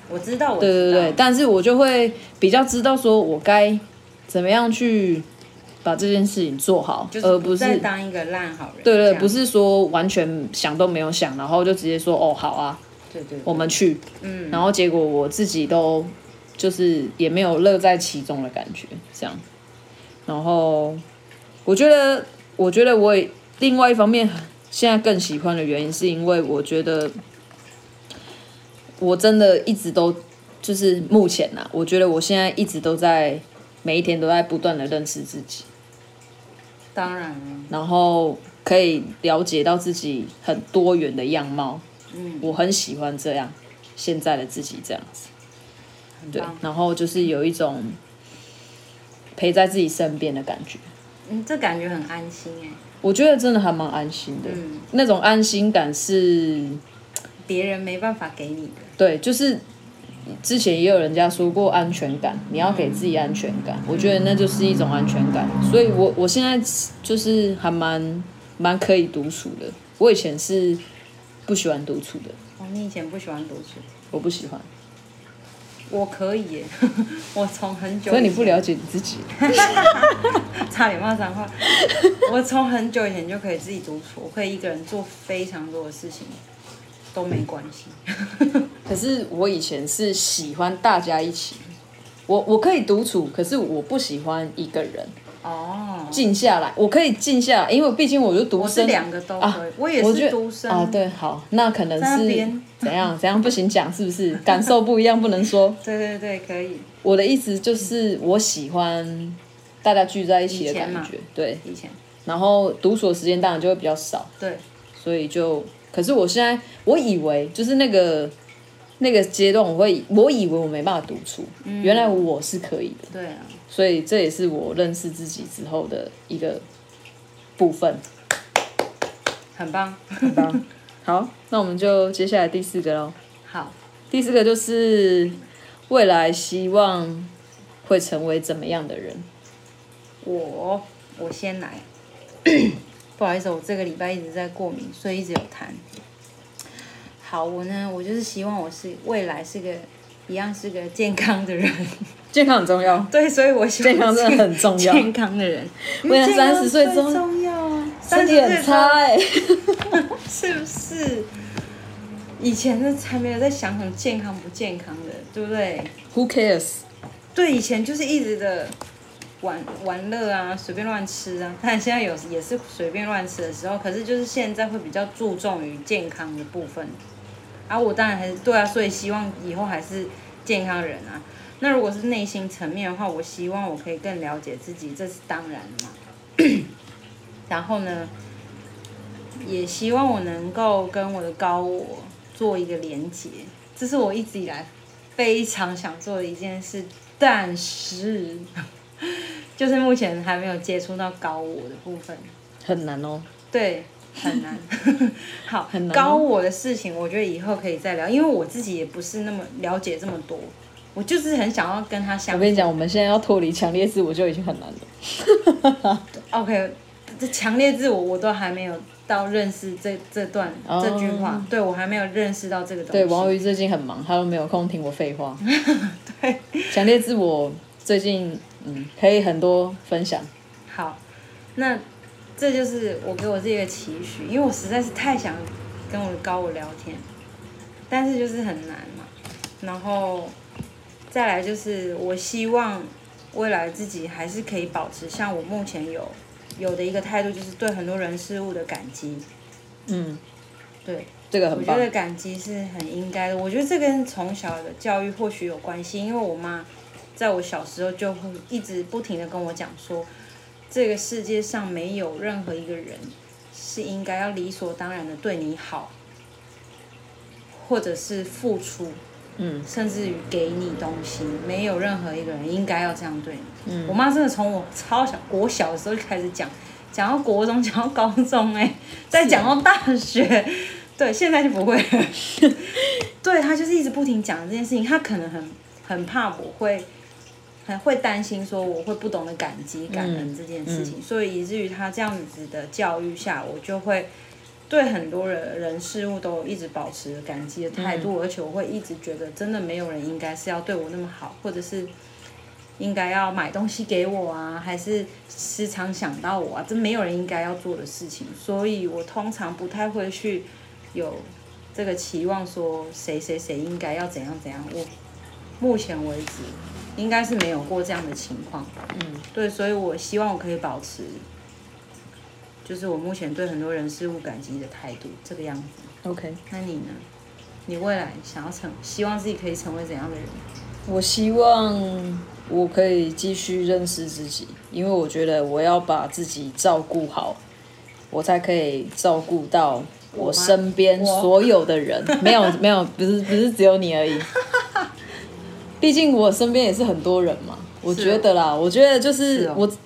[SPEAKER 2] 我知道，我
[SPEAKER 1] 对对
[SPEAKER 2] 知道
[SPEAKER 1] 对，，但是我就会比较知道说我该怎么样去把这件事情做好，
[SPEAKER 2] 就是
[SPEAKER 1] 而不是
[SPEAKER 2] 再当一个烂好人，
[SPEAKER 1] 对
[SPEAKER 2] 这
[SPEAKER 1] 对，
[SPEAKER 2] 样
[SPEAKER 1] 不，是说完全想都没有想，然后就直接说哦好啊，
[SPEAKER 2] 对对，对
[SPEAKER 1] 我们去，
[SPEAKER 2] 嗯，
[SPEAKER 1] 然后结果我自己都就是也没有乐在其中的感觉，这样。然后我觉得，我觉得我也另外一方面现在更喜欢的原因，是因为我觉得啊我真的一直都就是目前呐、我觉得我现在一直都在每一天都在不断的认识自己，
[SPEAKER 2] 当然啊了，
[SPEAKER 1] 然后可以了解到自己很多元的样貌。
[SPEAKER 2] 嗯，
[SPEAKER 1] 我很喜欢这样，现在的自己这样子。
[SPEAKER 2] 很
[SPEAKER 1] 对
[SPEAKER 2] 棒，。
[SPEAKER 1] 然后就是有一种陪在自己身边的感觉，
[SPEAKER 2] 嗯，这感觉很安心哎、
[SPEAKER 1] 我觉得真的还蛮安心的。
[SPEAKER 2] 嗯
[SPEAKER 1] 那种安心感是，
[SPEAKER 2] 别人没办法给你的。
[SPEAKER 1] 对，就是之前也有人家说过安全感，你要给自己安全感，我觉得那就是一种安全感。所以我我现在就是还蛮蛮可以独处的，我以前是不喜欢独处的，
[SPEAKER 2] 哦，你以前不喜欢读书，
[SPEAKER 1] 我不喜欢，
[SPEAKER 2] 我可以耶、 <laughs> 我从很久，
[SPEAKER 1] 所以你不了解你自己。
[SPEAKER 2] 差点骂脏话。 <laughs> 我从很久以前就可以自己独处，我可以一个人做非常多的事情，都没关系。
[SPEAKER 1] 可是我以前是喜欢大家一起，我我可以独处，可是我不喜欢一个人
[SPEAKER 2] 哦，
[SPEAKER 1] 静下来。我可以静下来，因为毕竟我就独
[SPEAKER 2] <laughs> 我是
[SPEAKER 1] 生。
[SPEAKER 2] 两个都
[SPEAKER 1] 啊
[SPEAKER 2] 可以，我也
[SPEAKER 1] 我觉
[SPEAKER 2] 是
[SPEAKER 1] 得
[SPEAKER 2] 独生
[SPEAKER 1] 啊，对，好，那可能
[SPEAKER 2] 在那
[SPEAKER 1] 是
[SPEAKER 2] 边
[SPEAKER 1] 怎样怎样不行讲是不是？感受不一样不能
[SPEAKER 2] <laughs>
[SPEAKER 1] 说。
[SPEAKER 2] 对对对，可以。
[SPEAKER 1] 我的意思就是我喜欢大家聚在一起的感
[SPEAKER 2] 以前嘛
[SPEAKER 1] 觉，对。
[SPEAKER 2] 以前
[SPEAKER 1] 然后独处的时间当然就会比较少，
[SPEAKER 2] 对，
[SPEAKER 1] 所以就，可是我现在我以为就是那个那个阶段，我会我以为我没办法独处，原来我是可以的，
[SPEAKER 2] 对啊，
[SPEAKER 1] 所以这也是我认识自己之后的一个部分。
[SPEAKER 2] 很棒。
[SPEAKER 1] 好，好，那我们就接下来第四个喽。
[SPEAKER 2] <laughs> 好，
[SPEAKER 1] 第四个就是未来希望会成为怎么样的人？
[SPEAKER 2] 我我先
[SPEAKER 1] <coughs>
[SPEAKER 2] 来，不好意思，我这个礼拜一直在过敏，所以一直有痰。好，我呢，我就是希望我是未来是个一样是个健康的人，
[SPEAKER 1] 健康很重要，
[SPEAKER 2] <laughs> 对，所以我希望
[SPEAKER 1] 健康
[SPEAKER 2] 是
[SPEAKER 1] 真的很重要
[SPEAKER 2] 健康的人，
[SPEAKER 1] <laughs> 为了三十岁
[SPEAKER 2] 最
[SPEAKER 1] 中
[SPEAKER 2] 重要啊，
[SPEAKER 1] 身体很差哎、
[SPEAKER 2] 是不是？以前那才没有在想什么健康不健康的，对不对？
[SPEAKER 1] Who cares？
[SPEAKER 2] 对，以前就是一直的玩玩乐啊，随便乱吃啊。但现在有也是随便乱吃的时候，可是就是现在会比较注重于健康的部分。啊，我当然还是对啊，所以希望以后还是健康人啊。那如果是内心层面的话，我希望我可以更了解自己，这是当然的嘛。 <coughs> 然后呢，也希望我能够跟我的高我做一个连接，这是我一直以来非常想做的一件事，但是 <laughs> 就是目前还没有接触到高我的部分，
[SPEAKER 1] 很难哦、
[SPEAKER 2] 对，
[SPEAKER 1] <laughs>
[SPEAKER 2] 很难。好，
[SPEAKER 1] 很难
[SPEAKER 2] 高我的事情，我觉得以后可以再聊，因为我自己也不是那么了解这么多，我就是很想要跟他相
[SPEAKER 1] 我跟你讲，我们现在要脱离强烈自我就已经很难了。
[SPEAKER 2] OK，这强烈自我我都还没有到认识这这段、
[SPEAKER 1] 哦
[SPEAKER 2] 这句话，对我还没有认识到这个东西。
[SPEAKER 1] 对，王宇最近很忙，他都没有空听我废话。
[SPEAKER 2] <laughs>
[SPEAKER 1] 对，强烈自我最近嗯，可以很多分享。
[SPEAKER 2] 好，那这就是我给我自己的期许，因为我实在是太想跟我的高我聊天，但是就是很难嘛。然后再来就是，我希望未来自己还是可以保持像我目前有有的一个态度，就是对很多人事物的感激。
[SPEAKER 1] 嗯，
[SPEAKER 2] 对，
[SPEAKER 1] 这个
[SPEAKER 2] 我
[SPEAKER 1] 很
[SPEAKER 2] 觉
[SPEAKER 1] 棒。
[SPEAKER 2] 得感激是很应该的。我觉得这跟从小的教育或许有关系，因为我妈在我小时候就会一直不停的跟我讲说，这个世界上没有任何一个人是应该要理所当然的对你好，或者是付出，
[SPEAKER 1] 嗯
[SPEAKER 2] 甚至于给你东西，没有任何一个人应该要这样对你。
[SPEAKER 1] 嗯
[SPEAKER 2] 我妈真的从我超小国小的时候就开始讲，讲到国中，讲到高中、哎，
[SPEAKER 1] 啊
[SPEAKER 2] 再讲到大学，对，现在就不会了。 <laughs> 对她就是一直不停讲这件事情，她可能很很怕我会，很会担心说我会不懂得感激感恩这件事情，所以以至于她这样子的教育下，我就会。对很多人人事物都一直保持感激的态度，而且我会一直觉得，真的没有人应该是要对我那么好，或者是应该要买东西给我啊，还是时常想到我啊，这没有人应该要做的事情，所以我通常不太会去有这个期望说谁谁谁应该要怎样怎样。我目前为止应该是没有过这样的情况，
[SPEAKER 1] 嗯，
[SPEAKER 2] 对，所以我希望我可以保持，就是我目前对很多人事物感激的态度这个样子。
[SPEAKER 1] ，OK。
[SPEAKER 2] 那你呢？你未来想要成，希望自己可以成为怎样的人？
[SPEAKER 1] 我希望我可以继续认识自己，因为我觉得我要把自己照顾好，我才可以照顾到我身边
[SPEAKER 2] 我
[SPEAKER 1] 所有的人。没有没有，不是不是只有你而
[SPEAKER 2] <laughs>
[SPEAKER 1] 已。毕竟我身边也是很多人嘛，我觉得啦，我觉得就是
[SPEAKER 2] 是哦 <laughs>
[SPEAKER 1] 我，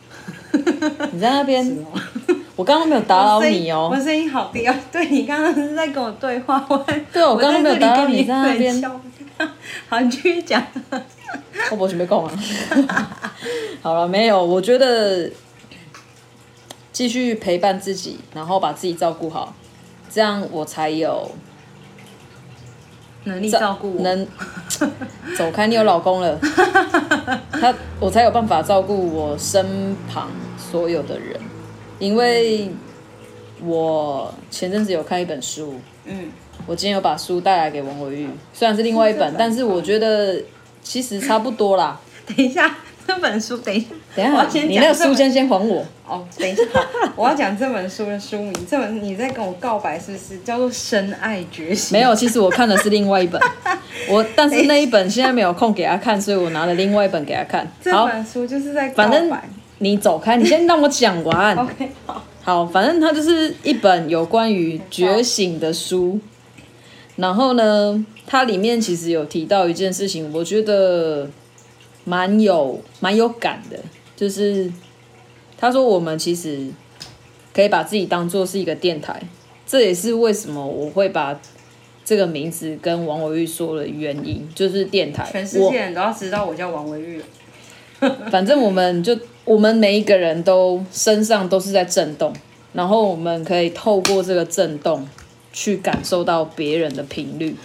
[SPEAKER 1] 你在那边， <laughs> 我刚刚没有打扰
[SPEAKER 2] 我声音
[SPEAKER 1] 你哦
[SPEAKER 2] 我、声音好低啊！对你刚刚是在跟我对话， <laughs> 我还
[SPEAKER 1] 对啊我刚刚没有打扰
[SPEAKER 2] 我
[SPEAKER 1] 你
[SPEAKER 2] 在
[SPEAKER 1] 在那
[SPEAKER 2] 这里跟
[SPEAKER 1] 边
[SPEAKER 2] 你对笑。 <laughs> 好，你继续讲。
[SPEAKER 1] <laughs> 我不准备讲啊。 <laughs> 好了，没有，我觉得继续陪伴自己，然后把自己照顾好，这样我才有
[SPEAKER 2] 能力照顾我，
[SPEAKER 1] 能 <laughs> 走开。你有老公了，他我才有办法照顾我身旁所有的人，因为我前阵子有看一本书，
[SPEAKER 2] <laughs> 嗯，
[SPEAKER 1] 我今天有把书带来给王维玉，虽然是另外一
[SPEAKER 2] 是
[SPEAKER 1] 本
[SPEAKER 2] 这，本
[SPEAKER 1] 但是我觉得其实差不多啦。
[SPEAKER 2] 等一下，这本书，等一下，
[SPEAKER 1] 等一
[SPEAKER 2] 我要
[SPEAKER 1] 下，
[SPEAKER 2] 先
[SPEAKER 1] 你那个
[SPEAKER 2] 讲这
[SPEAKER 1] 书
[SPEAKER 2] 本
[SPEAKER 1] 先先还我。
[SPEAKER 2] 哦，等一下，我要讲这本书的书名，这本你在跟我告白是不是？叫做《深爱觉醒》。
[SPEAKER 1] 没有，其实我看的是另外一
[SPEAKER 2] <laughs>
[SPEAKER 1] 本，我但是那一本现在没有空给他看，所以我拿了另外一本给他看。
[SPEAKER 2] 这
[SPEAKER 1] 好，
[SPEAKER 2] 本书就是在告
[SPEAKER 1] 反正
[SPEAKER 2] 白。
[SPEAKER 1] 你走开，你先让我讲
[SPEAKER 2] <laughs>
[SPEAKER 1] 完。
[SPEAKER 2] OK，好，
[SPEAKER 1] 好，反正它就是一本有关于觉醒的书。然后呢，它里面其实有提到一件事情，我觉得蛮有蛮有感的，就是他说我们其实可以把自己当做是一个电台，这也是为什么我会把这个名字跟王伟玉说的原因，就是电台。
[SPEAKER 2] 全世
[SPEAKER 1] 我
[SPEAKER 2] 界人都要知道我叫王维玉了。
[SPEAKER 1] 反正我们就我们每一个人都身上都是在震动，然后我们可以透过这个震动去感受到别人的频率，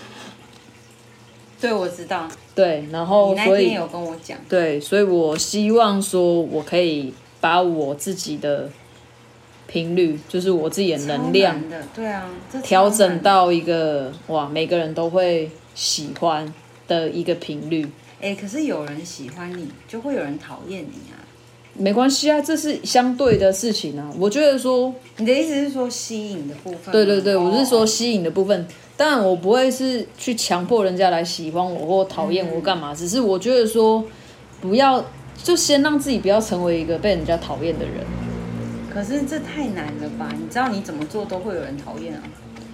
[SPEAKER 2] 对，我知道，
[SPEAKER 1] 对，然
[SPEAKER 2] 你
[SPEAKER 1] 后
[SPEAKER 2] 那
[SPEAKER 1] 所
[SPEAKER 2] 天
[SPEAKER 1] 以
[SPEAKER 2] 有跟我讲，
[SPEAKER 1] 对，所以我希望说我可以把我自己的频率，就是我自己的能量
[SPEAKER 2] 超难的，对啊，这超
[SPEAKER 1] 调整
[SPEAKER 2] 难
[SPEAKER 1] 到一个哇，每个人都会喜欢的一个频率。
[SPEAKER 2] 哎、可是有人喜欢你，就会有人讨厌你啊。
[SPEAKER 1] 没关系啊，这是相对的事情啊。我觉得说
[SPEAKER 2] 你的意思是说吸引的部分吗？
[SPEAKER 1] 对对对，
[SPEAKER 2] 哦
[SPEAKER 1] 我是说吸引的部分。当然，我不会是去强迫人家来喜欢我或讨厌
[SPEAKER 2] 嗯
[SPEAKER 1] 我干嘛，只是我觉得说，不要就先让自己不要成为一个被人家讨厌的人。
[SPEAKER 2] 可是这太难了吧？你知道你怎么做都会有人讨厌啊，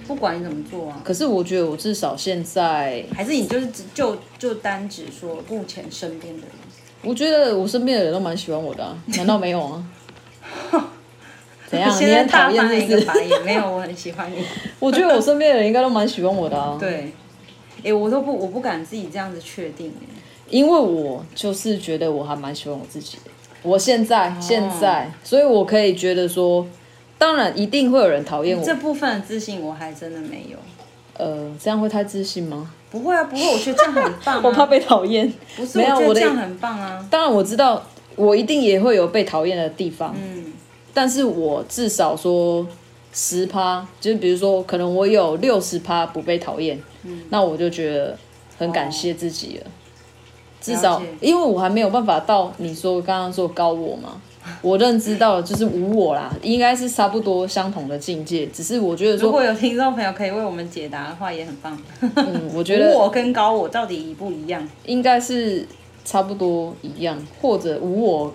[SPEAKER 2] 不管你怎么做啊。
[SPEAKER 1] 可是我觉得我至少现在，
[SPEAKER 2] 还是你就是只就就单指说目前身边的人，
[SPEAKER 1] 我觉得我身边的人都蛮喜欢我的、啊，
[SPEAKER 2] <laughs>
[SPEAKER 1] 难道没有啊？怎样？
[SPEAKER 2] 现
[SPEAKER 1] 你
[SPEAKER 2] 在
[SPEAKER 1] 很
[SPEAKER 2] 大
[SPEAKER 1] 讨
[SPEAKER 2] 翻了一
[SPEAKER 1] 厌
[SPEAKER 2] 个
[SPEAKER 1] 是不
[SPEAKER 2] 白
[SPEAKER 1] 是？
[SPEAKER 2] 眼，没有，我很喜欢你。
[SPEAKER 1] 我觉得我身边的人应该都蛮喜欢我的啊。
[SPEAKER 2] 对，哎、我都不，我不敢自己这样子确定哎、
[SPEAKER 1] 因为我就是觉得我还蛮喜欢我自己的，我现在、现在，
[SPEAKER 2] 啊
[SPEAKER 1] 所以我可以觉得说，当然一定会有人讨厌
[SPEAKER 2] 这
[SPEAKER 1] 我，
[SPEAKER 2] 部分的自信我还真的没有。
[SPEAKER 1] 呃，这样会太自信吗？
[SPEAKER 2] 不会啊，不会，我觉得这样很棒、
[SPEAKER 1] <laughs>
[SPEAKER 2] 啊。
[SPEAKER 1] 我怕被讨厌，
[SPEAKER 2] 不是，
[SPEAKER 1] 没有
[SPEAKER 2] 我觉
[SPEAKER 1] 我
[SPEAKER 2] 得
[SPEAKER 1] 的
[SPEAKER 2] 这样很棒啊。
[SPEAKER 1] 当然我知道我一定也会有被讨厌的地方，
[SPEAKER 2] 嗯，
[SPEAKER 1] 但是我至少说十趴，就是比如说可能我有六十趴不被讨厌，
[SPEAKER 2] 嗯
[SPEAKER 1] 那我就觉得很感谢自己了。至少
[SPEAKER 2] 哦了解，
[SPEAKER 1] 因为我还没有办法到你说刚刚说高我
[SPEAKER 2] <laughs>
[SPEAKER 1] 嘛，我认知到了就是无我啦，应该是差不多相同的境界。只是我觉得
[SPEAKER 2] 如
[SPEAKER 1] 说，
[SPEAKER 2] 果有听众朋友可以为我们解答的话，也很棒。
[SPEAKER 1] 嗯，我觉
[SPEAKER 2] <laughs> 无
[SPEAKER 1] 得
[SPEAKER 2] 我跟高我到底一不一样？
[SPEAKER 1] 应该是差不多一样，或者无我，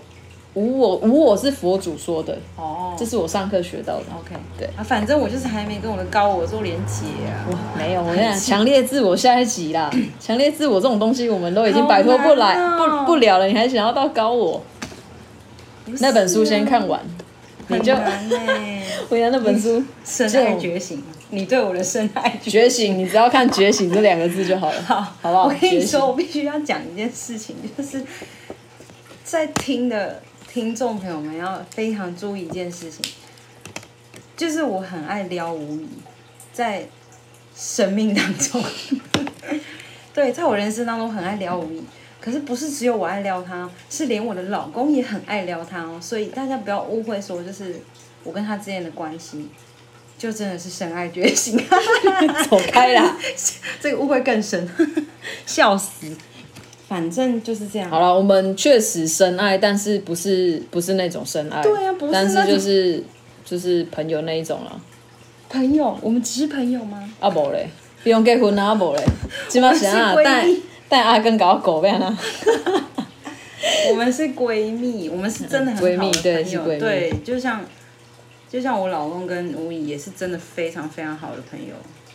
[SPEAKER 1] 无我，无我是佛祖说的，
[SPEAKER 2] 哦，
[SPEAKER 1] 这是我上课学到的。
[SPEAKER 2] OK，
[SPEAKER 1] 对
[SPEAKER 2] 啊，反正我就是还没跟我的高我做连接啊。
[SPEAKER 1] 哇，没有，我跟你讲，哎强烈自我下一集
[SPEAKER 2] <clears throat>
[SPEAKER 1] 啦，强烈自我这种东西，我们都已经摆脱不来、
[SPEAKER 2] 好难哦
[SPEAKER 1] 不不了了，你还想要到高我？
[SPEAKER 2] 不是啊
[SPEAKER 1] 那本书先看，完，你就
[SPEAKER 2] 很难欸
[SPEAKER 1] 回到那本书
[SPEAKER 2] 深爱觉醒，你对我的深爱觉
[SPEAKER 1] 觉醒，你只要看觉醒这两个字就好了，
[SPEAKER 2] <laughs> 好，
[SPEAKER 1] 好不好？
[SPEAKER 2] 我跟你
[SPEAKER 1] 觉醒
[SPEAKER 2] 说，，我必须要讲一件事情，就是在听的听众朋友们要非常注意一件事情，就是我很爱撩无疑，在生命当中，对，在我人生当中很爱撩无疑。可是不是只有我爱撩他，是连我的老公也很爱撩他哦。所以大家不要误会，说就是我跟他之间的关系，就真的是深爱觉 <laughs> 醒。
[SPEAKER 1] 走开啦！
[SPEAKER 2] <laughs> 这个误会更深， <laughs> 笑死。反正就是这样。
[SPEAKER 1] 好了，我们确实深爱，但是不是不是那种深爱，
[SPEAKER 2] 对啊不是
[SPEAKER 1] 但
[SPEAKER 2] 那
[SPEAKER 1] 是
[SPEAKER 2] 种
[SPEAKER 1] 就是就是朋友那一种了。
[SPEAKER 2] 朋友，我们只是朋友吗？
[SPEAKER 1] 啊无嘞，不用结
[SPEAKER 2] <laughs>
[SPEAKER 1] 婚啊啊无嘞，即马是啊
[SPEAKER 2] 我是闺蜜
[SPEAKER 1] 等等阿根甲我狗变啊，
[SPEAKER 2] 我们是闺蜜，我们是真的很好
[SPEAKER 1] 嗯
[SPEAKER 2] 的
[SPEAKER 1] 闺蜜对
[SPEAKER 2] 朋
[SPEAKER 1] 是
[SPEAKER 2] 友，
[SPEAKER 1] 闺蜜
[SPEAKER 2] 对，就像就像我老公跟吴怡也是真的非常非常好的朋友，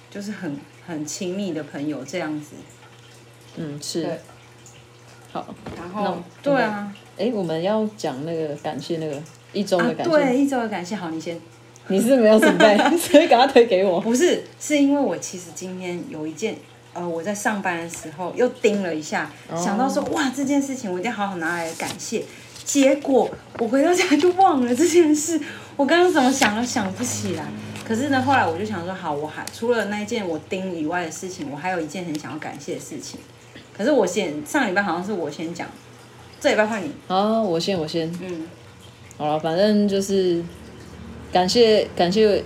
[SPEAKER 2] 就是很很亲密的朋友这样子。
[SPEAKER 1] 嗯，是
[SPEAKER 2] 对。
[SPEAKER 1] 好，
[SPEAKER 2] 然
[SPEAKER 1] 那
[SPEAKER 2] 后
[SPEAKER 1] 我
[SPEAKER 2] 对啊，
[SPEAKER 1] 哎，我们要讲那个感谢那个一周
[SPEAKER 2] 啊
[SPEAKER 1] 的感谢，
[SPEAKER 2] 对，一周的感谢，好，你先。
[SPEAKER 1] 你是没有准
[SPEAKER 2] <laughs>
[SPEAKER 1] 备，所以赶快推给我。
[SPEAKER 2] 不是，是因为我其实今天有一件，呃，我在上班的时候又盯了一下，想到说哇这件事情我一定要好好拿来感谢。结果我回到家就忘了这件事，我刚刚怎么想都想不起来。可是呢，后来我就想说，好，我还除了那一件我盯以外的事情，我还有一件很想要感谢的事情。可是我先上礼拜好像是我先讲，这礼拜换你，
[SPEAKER 1] 好，我先，我先。
[SPEAKER 2] 嗯，
[SPEAKER 1] 好了，反正就是感谢感谢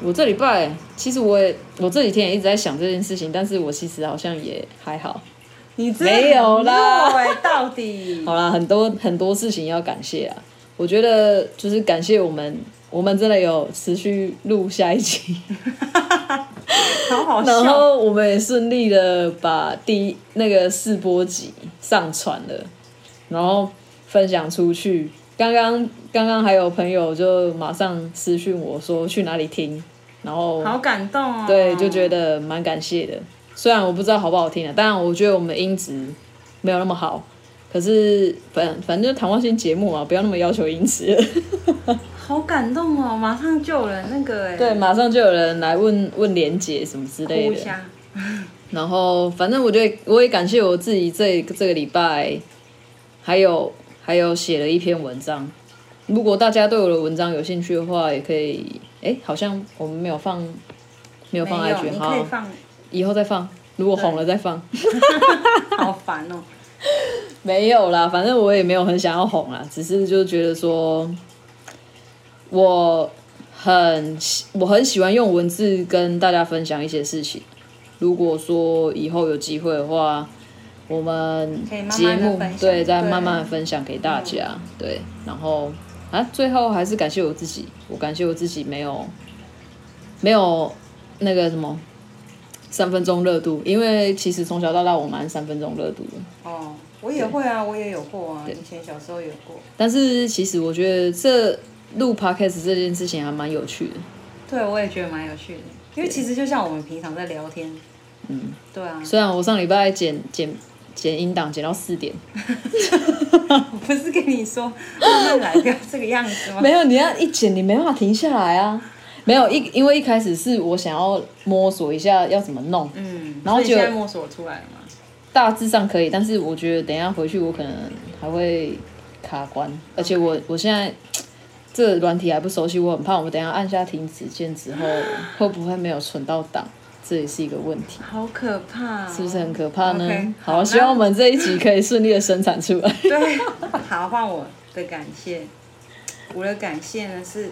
[SPEAKER 1] 我这礼拜，其实我也我这几天也一直在想这件事情，但是我其实好像也还好。
[SPEAKER 2] 你真的
[SPEAKER 1] 没有啦
[SPEAKER 2] 很弱欸到底
[SPEAKER 1] 好啦，很多很多事情要感谢啊，我觉得就是感谢我们，我们真的有持续录下一集。
[SPEAKER 2] <laughs> 好好
[SPEAKER 1] 然
[SPEAKER 2] 笑，
[SPEAKER 1] 后我们也顺利的把第一那个试播集上传了，然后分享出去。刚刚刚刚还有朋友就马上私讯我说去哪里听，然后
[SPEAKER 2] 好感动哦。
[SPEAKER 1] 对就觉得蛮感谢的。虽然我不知道好不好听啊，当然我觉得我们音质没有那么好，可是反反正就谈话性节目嘛，不要那么要求音质。
[SPEAKER 2] 好感动哦，马上就有人那个哎，
[SPEAKER 1] 对，，马上就有人来问问连姐什么之类
[SPEAKER 2] 哭
[SPEAKER 1] 的
[SPEAKER 2] 一。下，
[SPEAKER 1] 然后反正我觉得我也感谢我自己这这个礼拜，还有还有写了一篇文章。如果大家对我的文章有兴趣的话，也可以。哎，好像我们没有放，没有放
[SPEAKER 2] 没有，
[SPEAKER 1] IG，
[SPEAKER 2] 你可以
[SPEAKER 1] 好，
[SPEAKER 2] 放，
[SPEAKER 1] 以后再放。如果红了再放。
[SPEAKER 2] 好烦哦。
[SPEAKER 1] 没有啦，反正我也没有很想要红啦，只是就觉得说，我很喜我很喜欢用文字跟大家分享一些事情。如果说以后有机会的话，我们
[SPEAKER 2] 可以慢慢地
[SPEAKER 1] 节目
[SPEAKER 2] 分享
[SPEAKER 1] 对再
[SPEAKER 2] 对
[SPEAKER 1] 慢慢的分享给大家，对，然后啊，最后还是感谢我自己，我感谢我自己没有没有那个什么三分钟热度，因为其实从小到大我蛮三分钟热度的。
[SPEAKER 2] 哦，我也会啊，我也有过啊，以前小时候有过。
[SPEAKER 1] 但是其实我觉得这录 podcast 这件事情还蛮有趣的，
[SPEAKER 2] 对，我也觉得蛮有趣的，因为其实就像我们平常在聊天，嗯，对啊， <laughs>
[SPEAKER 1] 虽然我上礼拜剪剪剪音档剪到四点，
[SPEAKER 2] 我不是跟你说慢慢来，不要这个样子吗？
[SPEAKER 1] 没有你要一剪你没办法停下来啊，没有一因为一开始是我想要摸索一下要怎么弄，
[SPEAKER 2] 嗯，
[SPEAKER 1] 然后
[SPEAKER 2] 所以
[SPEAKER 1] 就
[SPEAKER 2] 现在摸索出来了嘛。
[SPEAKER 1] 大致上可以，但是我觉得等一下回去我可能还会卡关，而且我我现在。这个软体还不熟悉，我很怕我等一下按下停止键之后，会不会没有存到档，这也是一个问题。
[SPEAKER 2] 好可怕、哦，
[SPEAKER 1] 是不是很可怕呢
[SPEAKER 2] OK，
[SPEAKER 1] 好，希望我们这一集可以顺利的生产出来。
[SPEAKER 2] <laughs> 对，好，换我的感谢。我的感谢呢是，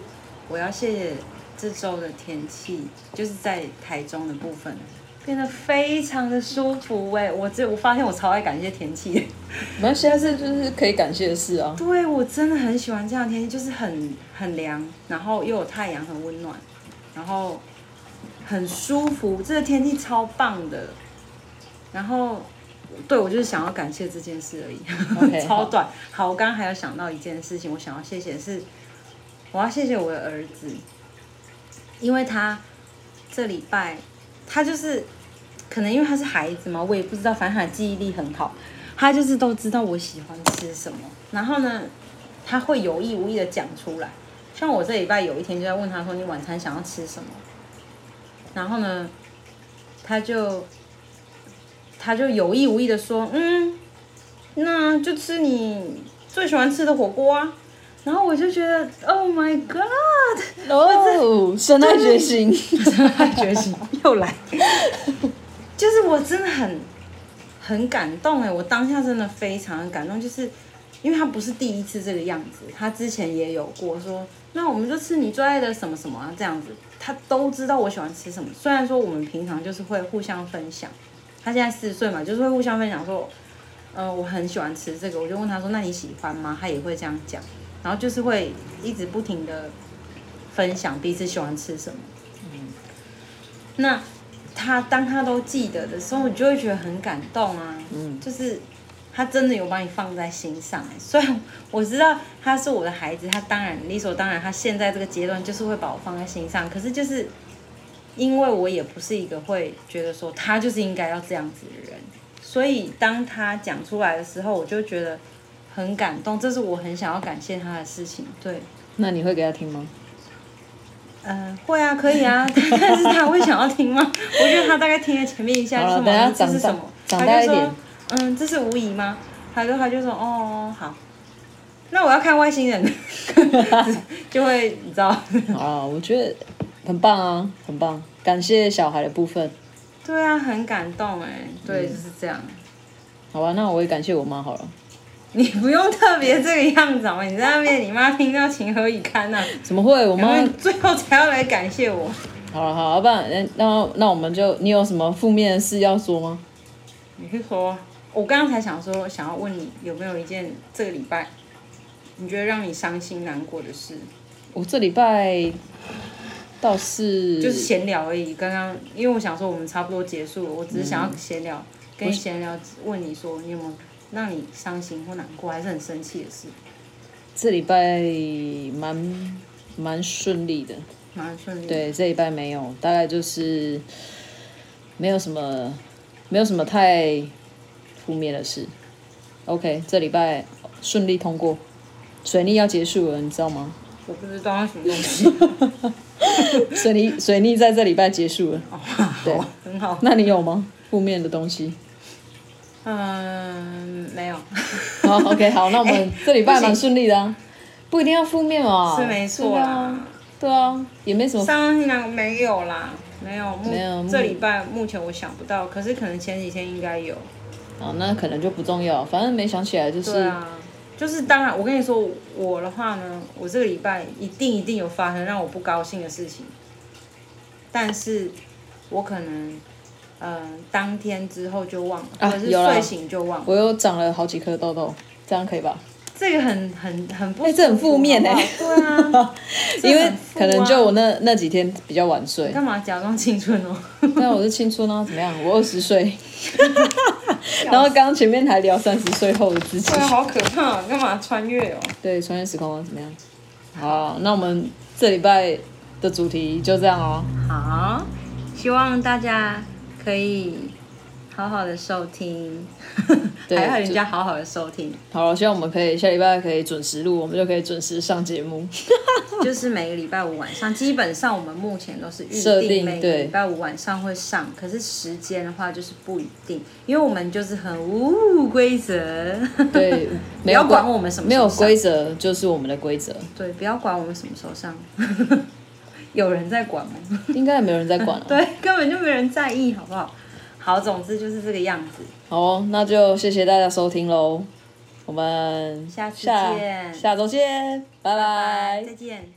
[SPEAKER 2] 我要谢谢这周的天气，就是在台中的部分，变得非常的舒服哎、我这我发现我超爱感谢天气的， <laughs>
[SPEAKER 1] 那现在是就是可以感谢的事啊。
[SPEAKER 2] 对我真的很喜欢这样的天气，就是很很凉，然后又有太阳，很温暖，然后很舒服，这个天气超棒的。然后，对我就是想要感谢这件事而已
[SPEAKER 1] OK，
[SPEAKER 2] <laughs> 超
[SPEAKER 1] 好
[SPEAKER 2] 短。好，我刚刚还有想到一件事情，我想要谢谢的是，我要谢谢我的儿子，因为他这礼拜他就是可能因为他是孩子嘛，我也不知道，反正他的记忆力很好，他就是都知道我喜欢吃什么，然后呢，他会有意无意的讲出来。像我这礼拜有一天就在问他说：“你晚餐想要吃什么？”然后呢，他就他就有意无意的说：“嗯，那就吃你最喜欢吃的火锅啊。”然后我就觉得，Oh my God！
[SPEAKER 1] 哦，神爱觉醒，
[SPEAKER 2] 爱觉醒又来，就是我真的很很感动哎，我当下真的非常的感动，就是因为他不是第一次这个样子，他之前也有过说，那我们就吃你最爱的什么什么啊这样子，他都知道我喜欢吃什么。虽然说我们平常就是会互相分享，他现在四岁嘛，就是会互相分享说，呃，我很喜欢吃这个，我就问他说，那你喜欢吗？他也会这样讲，然后就是会一直不停的分享彼此喜欢吃什么。那他当他都记得的时候，你就会觉得很感动啊。嗯，就是他真的有把你放在心上哎。虽然我知道他是我的孩子，他当然理所当然，他现在这个阶段就是会把我放在心上。可是就是因为我也不是一个会觉得说他就是应该要这样子的人，所以当他讲出来的时候，我就觉得很感动，这是我很想要感谢他的事情。对，
[SPEAKER 1] <laughs> 那你会给他听吗？
[SPEAKER 2] 嗯，会啊，可以啊， <laughs> 但是他会想要听吗？我觉得他大概听了前面一下，就
[SPEAKER 1] 好
[SPEAKER 2] 是
[SPEAKER 1] 了等他
[SPEAKER 2] 什么这是
[SPEAKER 1] 长大
[SPEAKER 2] 什么，
[SPEAKER 1] 长大
[SPEAKER 2] 他就
[SPEAKER 1] 一
[SPEAKER 2] 说
[SPEAKER 1] 点，
[SPEAKER 2] 嗯，这是无疑吗？他就他就说，哦，好，那我要看外星人， <laughs> 就会你知道， <laughs>
[SPEAKER 1] 啊，我觉得很棒啊，很棒，感谢小孩的部分。
[SPEAKER 2] 对啊，很感动哎，对，就是这样。
[SPEAKER 1] 好吧，那我也感谢我妈好了。
[SPEAKER 2] 你不用特别这个样子好吗？你在那边，你妈听到情何以堪呐、啊？
[SPEAKER 1] 怎么会？我
[SPEAKER 2] 然
[SPEAKER 1] 妈
[SPEAKER 2] 后你最后才要来感谢我。
[SPEAKER 1] 好了好了，不然那那那我们就你有什么负面的事要说吗？
[SPEAKER 2] 你是说，我刚刚才想说，想要问你有没有一件这个礼拜你觉得让你伤心难过的事，
[SPEAKER 1] 我这礼拜倒是
[SPEAKER 2] 就是闲聊而已。刚刚因为我想说我们差不多结束了，我只是想要闲聊，
[SPEAKER 1] 嗯
[SPEAKER 2] 跟你闲聊，问你说你有没有让你伤心或难过，还是很生气的事，
[SPEAKER 1] 这礼拜蛮蛮顺利的，
[SPEAKER 2] 蛮顺利。，
[SPEAKER 1] 对，这礼拜没有，大概就是没有什么没有什么太负面的事。OK，这礼拜顺利通过，水逆要结束了，你知道吗？ <laughs>
[SPEAKER 2] 我不知道那什么东西。
[SPEAKER 1] 水逆水逆在这礼拜结束了，
[SPEAKER 2] 哦，好，很好。
[SPEAKER 1] 那你有吗？负面的东西？
[SPEAKER 2] 嗯，没有。
[SPEAKER 1] 好，OK，好，
[SPEAKER 2] <laughs>
[SPEAKER 1] 那我们这礼拜蛮顺利的啊，不一定要负面嘛，
[SPEAKER 2] 哎是没错
[SPEAKER 1] 对
[SPEAKER 2] 啦
[SPEAKER 1] 啊，对啊，也没什么，
[SPEAKER 2] 伤心难过没有啦，没有。目
[SPEAKER 1] 没有目
[SPEAKER 2] 这礼拜目前我想不到，可是可能前几天应该有。
[SPEAKER 1] 啊，那可能就不重要，反正没想起来就是，
[SPEAKER 2] 对啊，就是当然，我跟你说，我的话呢，我这个礼拜一定一定有发生让我不高兴的事情，但是我可能，呃，当天之后就忘了，
[SPEAKER 1] 啊
[SPEAKER 2] 或者是
[SPEAKER 1] 有啦
[SPEAKER 2] 睡醒就忘了，
[SPEAKER 1] 我又长了好几颗痘痘，这样可以吧？
[SPEAKER 2] 这个很很很不舒服、
[SPEAKER 1] 哎这很负面
[SPEAKER 2] 好不好
[SPEAKER 1] 哎
[SPEAKER 2] 对啊，这
[SPEAKER 1] <laughs> 因为
[SPEAKER 2] 很负啊
[SPEAKER 1] 可能就我那那几天比较晚睡，
[SPEAKER 2] 干嘛假装青春哦？ <laughs>
[SPEAKER 1] 但我是青春啊，怎么样？我二十岁，然后刚刚前面还聊三十岁后的自己
[SPEAKER 2] 对，啊，好可怕、哦，干嘛穿越哦？
[SPEAKER 1] 对，穿越时空啊，怎么样？好，那我们这礼拜的主题就这样哦，
[SPEAKER 2] 好，希望大家可以好好的收听，
[SPEAKER 1] 对
[SPEAKER 2] <laughs> 还要人家好好的收听， <laughs>
[SPEAKER 1] 好了，希望我们可以下礼拜可以准时录，我们就可以准时上节
[SPEAKER 2] <laughs>
[SPEAKER 1] 目。
[SPEAKER 2] 就是每个礼拜五晚上，基本上我们目前都是预
[SPEAKER 1] 设定
[SPEAKER 2] 定每个
[SPEAKER 1] 对
[SPEAKER 2] 礼拜五晚上会上，可是时间的话就是不一定，因为我们就是很无规则， <laughs>
[SPEAKER 1] 对，
[SPEAKER 2] 不
[SPEAKER 1] 没有
[SPEAKER 2] 要管
[SPEAKER 1] 规
[SPEAKER 2] 我们什么
[SPEAKER 1] 没
[SPEAKER 2] 时候
[SPEAKER 1] 有
[SPEAKER 2] 上
[SPEAKER 1] 规则就是我们的规则，
[SPEAKER 2] 对，不要管我们什么时候上， <laughs> 有人在管吗？ <laughs>
[SPEAKER 1] 应该也没有人在管了、啊
[SPEAKER 2] 对，根本就没人在意，好不好？好，总之就是这个样子。
[SPEAKER 1] 好哦，那就谢谢大家收听喽，我们
[SPEAKER 2] 下次
[SPEAKER 1] 下
[SPEAKER 2] 见
[SPEAKER 1] 下周见，拜拜
[SPEAKER 2] 再见。